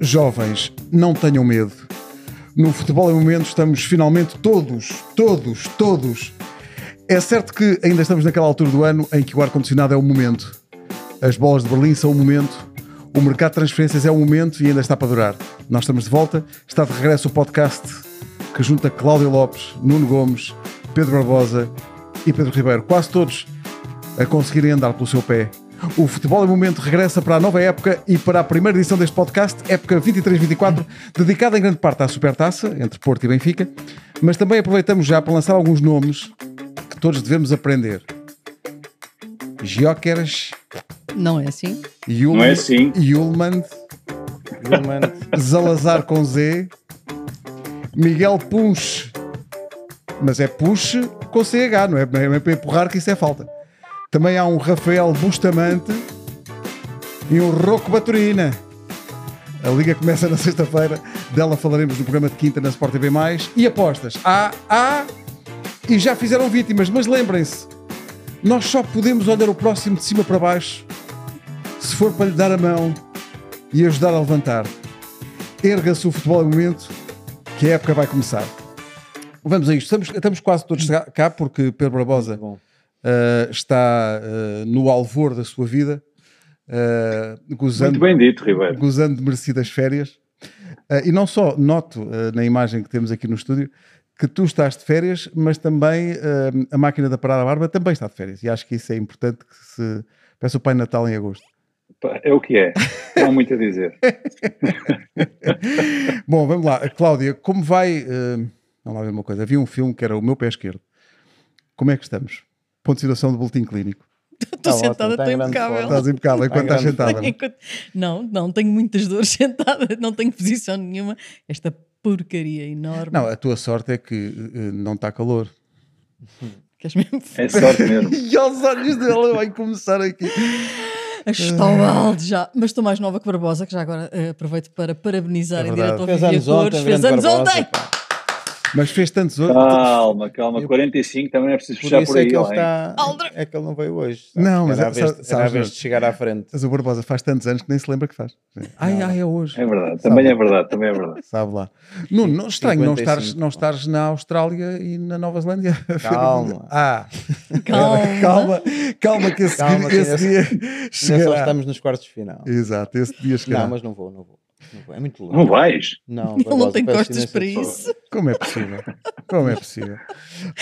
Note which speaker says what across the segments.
Speaker 1: Jovens, não tenham medo. No futebol em momento estamos finalmente todos, todos, todos. É certo que ainda estamos naquela altura do ano em que o ar-condicionado é o momento. As bolas de Berlim são o momento. O mercado de transferências é o momento e ainda está para durar. Nós estamos de volta. Está de regresso o podcast que junta Cláudio Lopes, Nuno Gomes, Pedro Barbosa e Pedro Ribeiro. Quase todos a conseguirem andar pelo seu pé. O Futebol em Momento regressa para a nova época e para a primeira edição deste podcast, época 23-24, dedicada em grande parte à Supertaça, entre Porto e Benfica, mas também aproveitamos já para lançar alguns nomes que todos devemos aprender. Gióqueres,
Speaker 2: Não é assim?
Speaker 1: Yulman,
Speaker 3: é assim.
Speaker 1: Yulman, Zalazar com Z, Miguel Punch, mas é Push com CH, não é? Não é para empurrar que isso é falta. Também há um Rafael Bustamante e um Rocco Baturina. A liga começa na sexta-feira, dela falaremos no programa de quinta na Sport TV+. E apostas, há, há, e já fizeram vítimas, mas lembrem-se, nós só podemos olhar o próximo de cima para baixo se for para lhe dar a mão e ajudar a levantar. Erga-se o futebol em momento, que a época vai começar. Vamos a isto. Estamos, estamos quase todos cá, porque Pedro Barbosa eh, está eh, no alvor da sua vida, eh,
Speaker 3: Muito
Speaker 1: gozando,
Speaker 3: bem dito, Ribeiro.
Speaker 1: gozando de merecidas férias. Eh, e não só noto eh, na imagem que temos aqui no estúdio que tu estás de férias, mas também eh, a máquina da parada à barba também está de férias. E acho que isso é importante que se peça o Pai Natal em agosto.
Speaker 3: Pá, É o que é. Não há muito a dizer.
Speaker 1: Bom, vamos lá. Cláudia, como vai. eh, vamos lá ver uma coisa. Havia um filme que era O Meu Pé Esquerdo. Como é que estamos? Ponto de situação do boletim clínico.
Speaker 2: Estou
Speaker 4: Tá ótimo,
Speaker 2: sentada,
Speaker 4: está
Speaker 2: estou
Speaker 4: em grande
Speaker 2: impecável.
Speaker 1: Estás impecável enquanto estás
Speaker 4: grande.
Speaker 1: sentada.
Speaker 2: Enquanto- Não, não, tenho muitas dores sentada, não tenho posição nenhuma. Esta porcaria enorme.
Speaker 1: Não, a tua sorte é que eh, não está calor.
Speaker 2: Queres mesmo?
Speaker 3: É sorte mesmo.
Speaker 1: E aos olhos dela vai começar aqui.
Speaker 2: Estou balde já. Mas estou mais nova que Barbosa, que já agora eh, aproveito para parabenizar
Speaker 1: É
Speaker 2: em direto ao
Speaker 4: Fez
Speaker 2: Vivi
Speaker 4: anos
Speaker 2: Cores.
Speaker 4: ontem,
Speaker 2: Fez
Speaker 4: grande
Speaker 2: anos
Speaker 4: Barbosa,
Speaker 2: ontem!
Speaker 4: pá.
Speaker 1: Mas fez tantos outros.
Speaker 3: Calma, calma. 45 também é preciso
Speaker 4: Por
Speaker 3: fechar
Speaker 4: isso
Speaker 3: por
Speaker 4: é
Speaker 3: aí,
Speaker 4: que ele
Speaker 3: lá, hein?
Speaker 4: está.
Speaker 2: Aldra.
Speaker 4: É que ele não veio hoje.
Speaker 1: Não, mas
Speaker 4: era a
Speaker 1: é-
Speaker 4: vez,
Speaker 1: sabe-
Speaker 4: era a
Speaker 1: sabes,
Speaker 4: vez de chegar à frente.
Speaker 1: Mas o Barbosa faz tantos anos que nem se lembra que faz. Ai, ai, é hoje.
Speaker 3: É verdade. Também é verdade. Também é verdade.
Speaker 1: Sabe lá. Nuno, não, estranho não estares,
Speaker 4: 55,
Speaker 1: não estares na Austrália e na Nova Zelândia.
Speaker 4: Calma.
Speaker 1: ah,
Speaker 2: Calma.
Speaker 1: calma, calma que esse,
Speaker 4: Calma, que
Speaker 1: esse
Speaker 4: esse-
Speaker 1: dia
Speaker 4: Ainda só
Speaker 1: chegará.
Speaker 4: estamos nos quartos de final.
Speaker 1: Exato, esse dia chegará.
Speaker 4: Não, mas não vou, não vou. Não vou. É muito longe.
Speaker 3: Não vais?
Speaker 4: Não,
Speaker 2: Ele não
Speaker 4: Barbosa,
Speaker 2: tem
Speaker 4: peço
Speaker 2: costas
Speaker 4: imensa
Speaker 2: para
Speaker 4: desculpa.
Speaker 2: isso.
Speaker 1: Como é possível? Como é possível?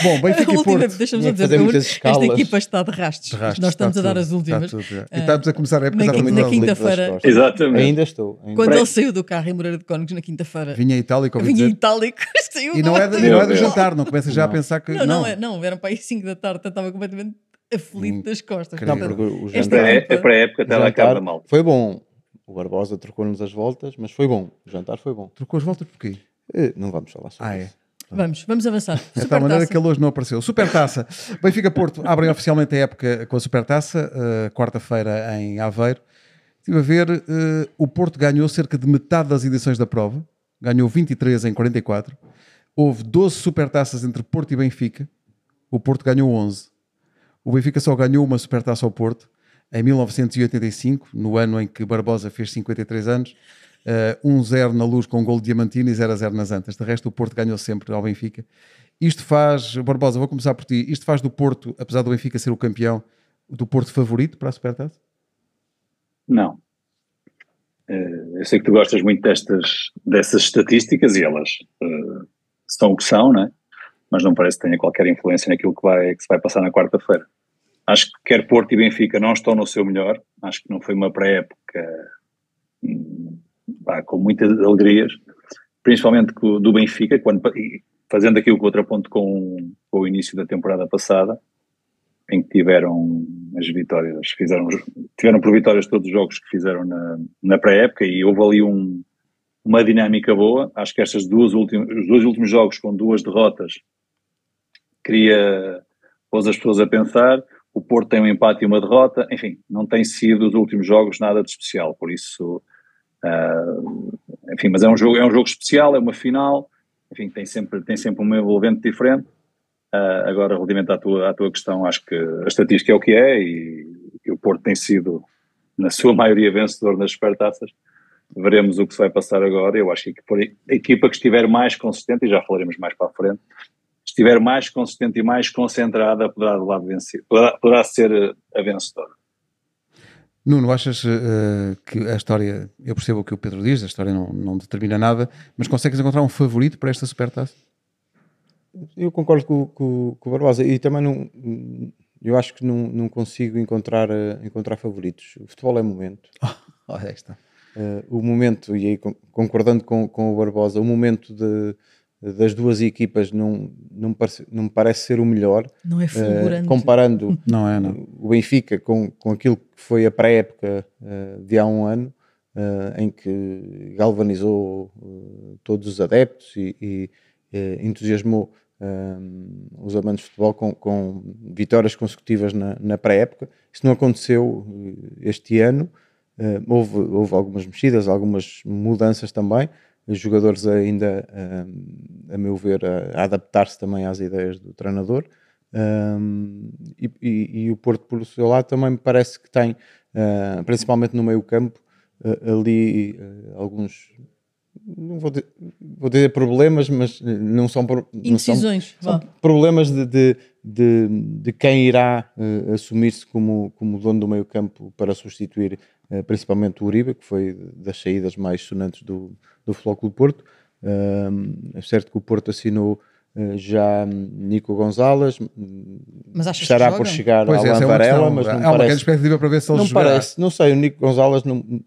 Speaker 1: Bom, Benfica
Speaker 2: A
Speaker 1: e
Speaker 2: última,
Speaker 1: Porto.
Speaker 2: deixa-me só
Speaker 4: Tinha que
Speaker 2: dizer,
Speaker 4: fazer
Speaker 2: a
Speaker 4: muitas
Speaker 2: ul- esta
Speaker 4: escalas.
Speaker 2: equipa está de rastros.
Speaker 1: Rastos,
Speaker 2: Nós estamos a
Speaker 1: está
Speaker 2: dar
Speaker 1: tudo,
Speaker 2: as últimas.
Speaker 1: está tudo, é.
Speaker 2: Ah,
Speaker 1: e estamos a começar a época
Speaker 2: na
Speaker 1: já
Speaker 2: quinta-
Speaker 1: muito
Speaker 2: na
Speaker 1: longe.
Speaker 2: quinta-
Speaker 4: Quinta-feira.
Speaker 3: Exatamente.
Speaker 4: Ainda estou. Ainda
Speaker 2: Quando
Speaker 3: Bem.
Speaker 2: ele saiu do carro em Moreira de Cónigos na quinta-feira,
Speaker 1: Vinha a Itália, como
Speaker 2: vinha em
Speaker 1: dizer.
Speaker 2: itálico. saiu
Speaker 1: E não é,
Speaker 2: ontem.
Speaker 1: de- não é do
Speaker 3: Deus.
Speaker 1: jantar, não começa já a
Speaker 4: Não.
Speaker 1: pensar que.
Speaker 2: Não, não, é, não, eram para aí 5 da tarde, então estava completamente aflito
Speaker 1: Hum,
Speaker 2: das costas.
Speaker 1: credo.
Speaker 4: Não,
Speaker 2: Portanto,
Speaker 4: porque o
Speaker 2: Esta
Speaker 4: jantar,
Speaker 3: É é para a época até lá
Speaker 4: jantar
Speaker 3: acaba mal.
Speaker 4: foi bom. O Barbosa trocou-nos as voltas, mas foi bom. O jantar foi bom.
Speaker 1: Trocou as voltas porquê?
Speaker 4: Eh, Não vamos falar sobre
Speaker 1: Ah, é.
Speaker 4: isso.
Speaker 2: vamos, vamos avançar.
Speaker 1: De tal Então, maneira
Speaker 2: Supertaça.
Speaker 1: que ele hoje não apareceu. Supertaça. Benfica Porto abrem oficialmente a época com a Supertaça, eh, quarta-feira em Aveiro. Estive a ver, eh, o Porto ganhou cerca de metade das edições da prova, ganhou 23 em 44. Houve 12 supertaças entre Porto e Benfica, o Porto ganhou 11. O Benfica só ganhou uma supertaça ao Porto em 1985, no ano em que Barbosa fez 53 anos. eh, 1-0 na luz com um gol de Diamantino e 0-0 nas Antas. De resto, o Porto ganhou sempre ao Benfica. Isto faz, Barbosa, vou começar por ti. Isto faz do Porto, apesar do Benfica ser o campeão, do Porto favorito para a Supertaça?
Speaker 3: Não. Eh, Eu sei que tu gostas muito destas, dessas estatísticas e elas eh, são o que são, né? mas não parece que tenha qualquer influência naquilo que, vai, que se vai passar na quarta-feira. Acho que quer Porto e Benfica não estão no seu melhor, acho que não foi uma pré-época hum, vá, com muitas alegrias, principalmente co- do Benfica, quando, pa- e fazendo aqui o contraponto com, com o início da temporada passada, em que tiveram as vitórias, fizeram um os- tiveram por vitórias todos os jogos que fizeram na, na pré-época e houve ali um- uma dinâmica boa. Acho que estas duas últimas, os dois últimos jogos com duas derrotas queria pôs as pessoas a pensar. O Porto tem um empate e uma derrota. Enfim, não tem sido os últimos jogos nada de especial, por isso. ah, enfim, mas é um, jogo, é um jogo especial, é uma final. Enfim, tem sempre, tem sempre um envolvente diferente. Ah, agora, relativamente à tua, à tua questão, acho que a estatística é o que é e, e o Porto tem sido, na sua maioria, vencedor nas supertaças. veremos o que se vai passar agora. Eu acho que por aí- a equipa que estiver mais consistente, e já falaremos mais para a frente, estiver mais consistente e mais concentrada, poderá, do lado vencer, poderá, poderá ser eh, a vencedora.
Speaker 1: Nuno, achas eh, que a história, eu percebo o que o Pedro diz, a história não, não determina nada, mas consegues encontrar um favorito para esta supertaça?
Speaker 4: Eu concordo com, com, com o Barbosa e também não. Eu acho que não, não consigo encontrar, eh, encontrar favoritos. O futebol é momento.
Speaker 1: Olha, aí está.
Speaker 4: Eh, o momento, e aí con- concordando com, com o Barbosa, o momento de- das duas equipas não, não, me parece, não me parece ser o melhor.
Speaker 2: Não é
Speaker 4: eh,
Speaker 2: fulgurante.
Speaker 4: comparando
Speaker 1: Não é, não.
Speaker 4: o Benfica com, com aquilo que foi a pré-época eh, de há um ano, eh, em que galvanizou eh, todos os adeptos e, e, eh, entusiasmou eh, os amantes de futebol com, com vitórias consecutivas na, na pré-época. Isso não aconteceu eh, este ano. Eh, houve, houve algumas mexidas, algumas mudanças também. Os jogadores ainda, eh, a meu ver, a, a adaptar-se também às ideias do treinador. Um, e, e- e o Porto, por seu lado, também me parece que tem, uh, principalmente no meio-campo, uh, ali uh, alguns, não vou, di- vou dizer problemas, mas uh, não são, pro- não são
Speaker 2: Indecisões.
Speaker 4: são
Speaker 2: vá.
Speaker 4: problemas de, de, de, de quem irá eh, assumir-se como, como dono do meio-campo para substituir eh, principalmente o Uribe, que foi das saídas mais sonantes do, do Futebol Clube Porto. Ahm, é certo que o Porto assinou eh, já Nico Gonzalez, hum,
Speaker 2: Mas achas que
Speaker 4: estará
Speaker 2: joga?
Speaker 4: por chegar
Speaker 1: Pois
Speaker 4: Alan
Speaker 1: essa é uma
Speaker 4: Varela,
Speaker 1: questão.
Speaker 4: mas não
Speaker 1: Há uma grande
Speaker 4: parece
Speaker 1: expectativa para ver se ele
Speaker 4: não
Speaker 1: jogará.
Speaker 4: parece, não sei, o Nico Gonzalez não.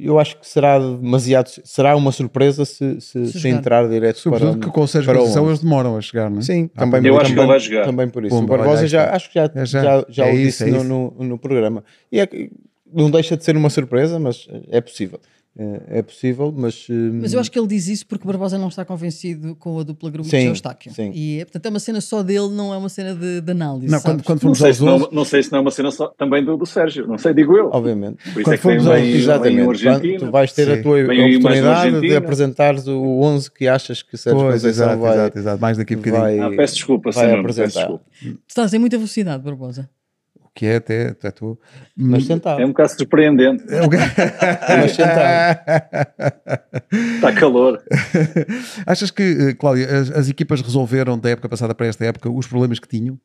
Speaker 4: Eu acho que será demasiado. Será uma surpresa se, se,
Speaker 2: Se
Speaker 4: se
Speaker 2: jogar.
Speaker 4: entrar direto
Speaker 1: Sobretudo
Speaker 4: para
Speaker 1: que com o Sérgio
Speaker 4: para o
Speaker 1: Conceição
Speaker 4: onze.
Speaker 1: eles demoram a chegar, não é?
Speaker 4: Sim,
Speaker 1: Ah,
Speaker 4: também,
Speaker 3: Eu acho
Speaker 4: também,
Speaker 3: que ele vai jogar.
Speaker 4: também por isso.
Speaker 1: Pumba,
Speaker 4: o
Speaker 1: olha,
Speaker 4: Barbosa
Speaker 1: aí
Speaker 4: já,
Speaker 1: está.
Speaker 4: acho que já,
Speaker 1: É já.
Speaker 4: já, já,
Speaker 1: É
Speaker 4: o
Speaker 1: isso,
Speaker 4: disse
Speaker 1: é
Speaker 4: no,
Speaker 1: isso.
Speaker 4: no, no programa. E é que não deixa de ser uma surpresa, mas é possível. É, é possível, mas. eh,
Speaker 2: Mas eu acho que ele diz isso porque Barbosa não está convencido com a dupla Grubitos
Speaker 4: Sim,
Speaker 2: e Eustáquio.
Speaker 4: sim.
Speaker 2: E é, portanto é uma cena só dele, não é uma cena de, de análise.
Speaker 1: Não,
Speaker 2: sabes?
Speaker 1: quando, quando
Speaker 3: Não
Speaker 1: formos
Speaker 3: sei,
Speaker 1: aos
Speaker 3: se não,
Speaker 1: 11,
Speaker 3: não sei se não é uma cena só, também do, do Sérgio, não sei, digo eu.
Speaker 4: Obviamente.
Speaker 3: Por isso
Speaker 1: Quando
Speaker 3: é que tem um
Speaker 1: formos ao-
Speaker 3: bem, bem
Speaker 4: Exatamente.
Speaker 3: o
Speaker 4: Quando
Speaker 3: argentino.
Speaker 4: tu vais ter
Speaker 1: Sim.
Speaker 4: a tua
Speaker 3: Vem aí mais um
Speaker 4: oportunidade de
Speaker 3: argentino.
Speaker 4: apresentares o 11 que achas que Sérgio
Speaker 1: pois,
Speaker 4: Conceição
Speaker 1: exato,
Speaker 4: vai,
Speaker 1: exato, exato, mais daqui a bocadinho.
Speaker 4: vai-
Speaker 3: Ah, peço desculpa,
Speaker 4: vai
Speaker 3: Senhor, peço
Speaker 4: apresentar.
Speaker 3: desculpa.
Speaker 2: Tu estás em muita velocidade, Barbosa.
Speaker 1: O que é até, até tu.
Speaker 4: Mas
Speaker 3: É
Speaker 4: tentava.
Speaker 3: um bocado surpreendente.
Speaker 4: É um Mas tentava.
Speaker 3: Está calor.
Speaker 1: Achas que, eh, Cláudia, as, as equipas resolveram da época passada para esta época os problemas que tinham?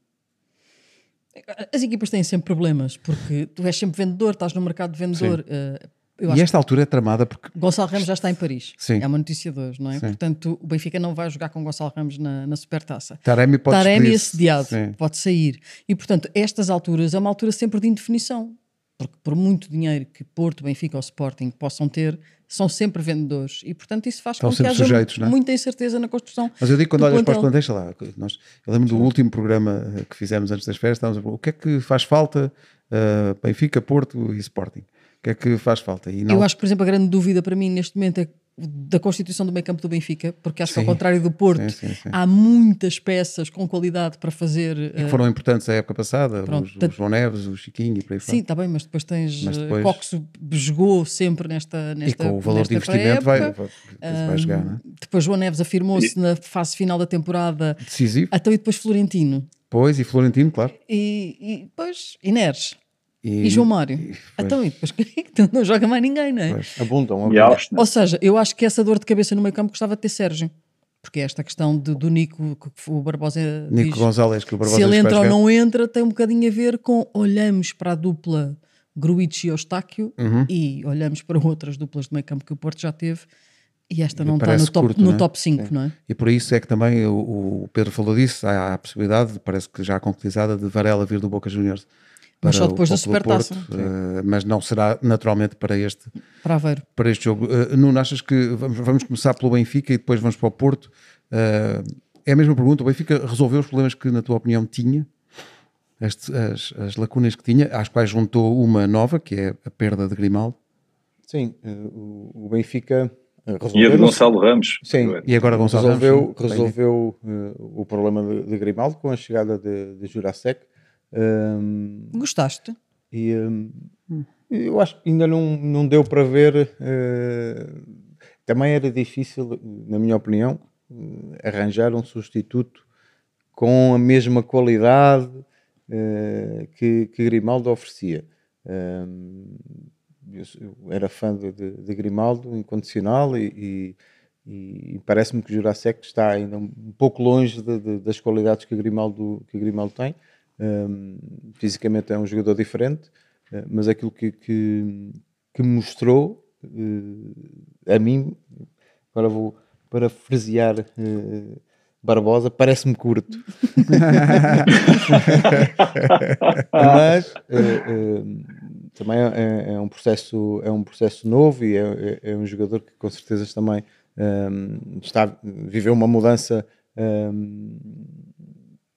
Speaker 2: As equipas têm sempre problemas porque tu és sempre vendedor, estás no mercado de vendedor. Eh, eu
Speaker 1: e
Speaker 2: acho
Speaker 1: esta altura é tramada porque.
Speaker 2: que Gonçalo Ramos já está em Paris.
Speaker 1: Sim.
Speaker 2: É uma notícia de hoje, não é?
Speaker 1: Sim.
Speaker 2: Portanto, o Benfica não vai jogar com Gonçalo Ramos na, na supertaça.
Speaker 1: Taremi pode
Speaker 2: Taremi é
Speaker 1: despedir-se.
Speaker 2: assediado,
Speaker 1: Sim.
Speaker 2: pode sair. E, portanto, estas alturas é uma altura sempre de indefinição. Porque por muito dinheiro que Porto, Benfica ou Sporting possam ter, são sempre vendedores. E, portanto, isso faz
Speaker 1: Estão
Speaker 2: com que
Speaker 1: sempre
Speaker 2: haja
Speaker 1: sujeitos, não é?
Speaker 2: muita incerteza na construção.
Speaker 1: Mas eu digo quando
Speaker 2: do
Speaker 1: olhas para os
Speaker 2: plantel.
Speaker 1: plantéis, sei lá, nós, eu lembro do último programa eh, que fizemos antes das férias, estávamos a falar, o que é que faz falta eh, Benfica, Porto e Sporting? O que é que faz falta? E não,
Speaker 2: Eu acho que, por exemplo, a grande dúvida para mim neste momento é da constituição do meio campo do Benfica, porque acho que, ao
Speaker 1: Sim.
Speaker 2: contrário do Porto,
Speaker 1: Sim, sim, sim.
Speaker 2: há muitas peças com qualidade para fazer.
Speaker 1: e
Speaker 2: eh,
Speaker 1: que foram importantes a época passada,
Speaker 2: Pronto,
Speaker 1: os,
Speaker 2: tanto-
Speaker 1: os João Neves, o Chiquinho e por aí fora.
Speaker 2: Sim, está bem, mas depois tens.
Speaker 1: Mas
Speaker 2: eh,
Speaker 1: depois-
Speaker 2: Coxo jogou sempre nesta.
Speaker 1: E
Speaker 2: nesta
Speaker 1: com o valor de
Speaker 2: nesta
Speaker 1: investimento vai,
Speaker 2: pré-época.
Speaker 1: vai- vai jogar, não é?
Speaker 2: Depois João Neves afirmou-se na fase final da temporada.
Speaker 1: Decisivo,
Speaker 2: Até e depois Florentino.
Speaker 1: pois, e Florentino, claro.
Speaker 2: E, e depois Inés. E, João Mário. Então, e depois tu não joga mais ninguém, não é?
Speaker 1: Pois.
Speaker 4: Abundam,
Speaker 3: E
Speaker 4: abundam.
Speaker 3: Austin.
Speaker 2: Ou seja, eu acho que essa dor de cabeça no meio campo gostava de ter Sérgio. Porque é esta questão de- do Nico, que o Barbosa
Speaker 1: Nico
Speaker 2: diz,
Speaker 1: Gonzalez, que o Barbosa
Speaker 2: se ele
Speaker 1: diz que vai
Speaker 2: entra ou
Speaker 1: jogar.
Speaker 2: não entra, tem um bocadinho a ver com olhamos para a dupla Gruitch e Eustáquio
Speaker 1: Uhum.
Speaker 2: e olhamos para outras duplas de meio campo que o Porto já teve e esta
Speaker 1: E
Speaker 2: não está
Speaker 1: parece
Speaker 2: no top,
Speaker 1: curto,
Speaker 2: no
Speaker 1: não é?
Speaker 2: top 5, não é?
Speaker 1: E por isso é que também o, o Pedro falou disso, há há a possibilidade, parece que já concretizada, de Varela vir do Boca Juniors.
Speaker 2: Mas
Speaker 1: para
Speaker 2: só
Speaker 1: o
Speaker 2: depois da
Speaker 1: Futebol Clube
Speaker 2: Supertaça.
Speaker 1: Porto, eh, mas não será naturalmente para este,
Speaker 2: Para Aveiro.
Speaker 1: para este jogo. Eh, Nuno, achas que vamos, vamos começar pelo Benfica e depois vamos para o Porto? Eh, é a mesma pergunta, o Benfica resolveu os problemas que, na tua opinião, tinha? Este- as, as lacunas que tinha, às quais juntou uma nova, que é a perda de Grimaldo,
Speaker 4: Sim, eh, o o Benfica
Speaker 3: E
Speaker 4: eh,
Speaker 3: a de
Speaker 4: resolveu. não-
Speaker 3: Gonçalo Ramos.
Speaker 4: Sim,
Speaker 1: e agora Gonçalo Ramos,
Speaker 4: resolveu,
Speaker 1: sim,
Speaker 4: resolveu eh, o problema de, de Grimaldo com a chegada de, de Jurasek ehm,
Speaker 2: Gostaste?
Speaker 4: e ehm, eu acho que ainda não, não deu para ver eh, também era difícil, na minha opinião eh, arranjar um substituto com a mesma qualidade eh, que, que Grimaldo oferecia Ehm, eu, eu era fã de, de, de Grimaldo, incondicional, e, e, e parece-me que o Jurassic está ainda um pouco longe de- de- das qualidades que o Grimaldo, que o Grimaldo tem. Um, fisicamente é um jogador diferente, eh, mas aquilo que, que, que mostrou eh, a mim, agora vou para frasear eh, Barbosa, parece-me curto. mas eh, eh, também é, é um processo é um processo novo e é, é- é um jogador que com certeza também ehm, está viveu uma mudança ehm,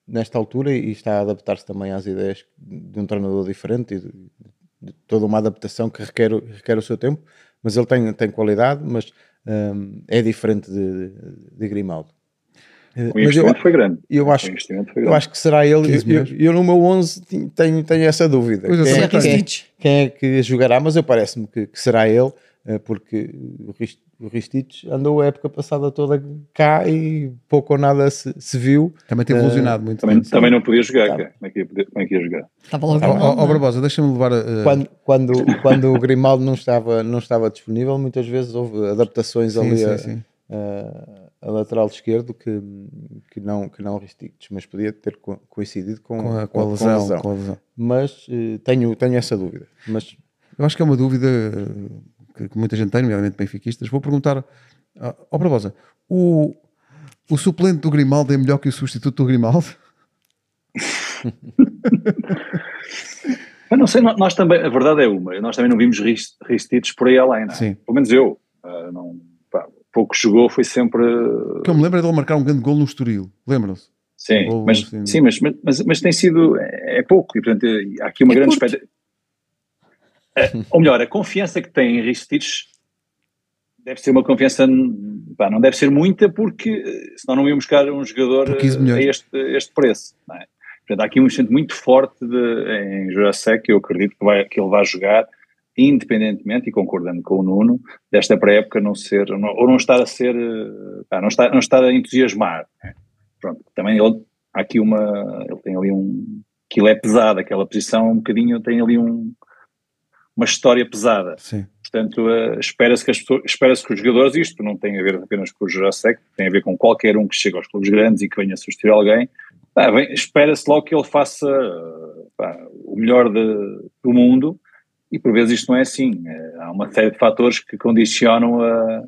Speaker 4: nesta altura e está a adaptar-se também às ideias de um treinador diferente e de, de toda uma adaptação que requer, o- requer o seu tempo mas ele tem, tem qualidade mas ehm, é diferente de, de Grimaldo Eh,
Speaker 3: O
Speaker 4: mas eu-
Speaker 3: investimento foi grande.
Speaker 4: eu acho-
Speaker 3: o investimento foi
Speaker 4: eu
Speaker 3: grande.
Speaker 4: acho que será ele.
Speaker 5: Quinze
Speaker 4: Eu, eu,
Speaker 5: mesmo.
Speaker 4: eu no meu 11 ti- tenho, tenho essa dúvida.
Speaker 5: Pois eu
Speaker 4: quem, é,
Speaker 5: também
Speaker 4: quem, é,
Speaker 5: tenho.
Speaker 2: Rakitic.
Speaker 4: quem é que jogará? Mas eu parece-me que, que será ele, eh, porque o Rist- o Ristich andou a época passada toda cá e pouco ou nada se, se viu.
Speaker 5: Também tem evolucionado muito.
Speaker 1: é?
Speaker 3: Também,
Speaker 5: Sim.
Speaker 3: também não podia jogar,
Speaker 4: Tá.
Speaker 3: cara. Como é que ia, poder- como é que ia jogar?
Speaker 2: Estava logo
Speaker 5: Ó
Speaker 2: mal,
Speaker 5: ó, ó,
Speaker 2: não é?
Speaker 5: Barbosa, deixa-me levar. eh,
Speaker 4: Quando, quando, quando o Grimaldo não estava, não estava disponível, muitas vezes houve adaptações
Speaker 5: sim,
Speaker 4: ali
Speaker 5: sim,
Speaker 4: a,
Speaker 5: sim.
Speaker 4: a- a lateral esquerdo que, que não, que não o Ristich, mas podia ter co- coincidido com,
Speaker 5: Com a, com a
Speaker 4: com- com
Speaker 5: lesão, com a lesão.
Speaker 4: mas eh, tenho, tenho essa dúvida. Mas
Speaker 5: Eu acho que é uma dúvida eh, que, que muita gente tem, nomeadamente benfiquistas. Vou perguntar ah, ao Barbosa: o, o suplente do Grimaldo é melhor que o substituto do Grimaldo?
Speaker 3: Eu não sei, nó- nós também, a verdade é uma, nós também não vimos ris- ristitos por aí além, não é?
Speaker 5: Sim.
Speaker 3: Pelo menos eu. Ah, não, pá, pouco jogou, foi sempre. ah,
Speaker 5: O que eu me lembro é dele marcar um grande gol no Estoril. Lembram-se?
Speaker 3: Sim,
Speaker 5: Ou,
Speaker 3: mas,
Speaker 5: assim,
Speaker 3: sim mas, mas- mas, mas tem sido. É, é pouco. E, portanto, há aqui uma
Speaker 2: É
Speaker 3: grande
Speaker 2: curto.
Speaker 3: expectativa. É, ou melhor, a confiança que tem em Ristich deve ser uma confiança. pá, não deve ser muita, porque eh, senão não iam buscar um jogador
Speaker 5: Por 15
Speaker 3: eh, a
Speaker 5: milhões.
Speaker 3: este, a este preço. não é? Portanto, há aqui um incentivo muito forte de, em Jurasek, eu acredito que, vai, que ele vai jogar, independentemente, e concordando com o Nuno, desta pré-época não ser, não- ou não estar a ser, eh, pá, não, estar, não estar a entusiasmar. né? Pronto, também ele, há aqui uma, ele tem ali um, aquilo é pesado, aquela posição um bocadinho tem ali um, uma história pesada.
Speaker 5: Sim.
Speaker 3: Portanto, eh, espera-se que, as pessoas- espera-se que os jogadores, isto não tem a ver apenas com o Jurassic, tem a ver com qualquer um que chegue aos clubes grandes e que venha substituir alguém, pá, vem- espera-se logo que ele faça eh, pá, o melhor de- do mundo e por vezes isto não é assim. Eh, Há uma série de fatores que condicionam a,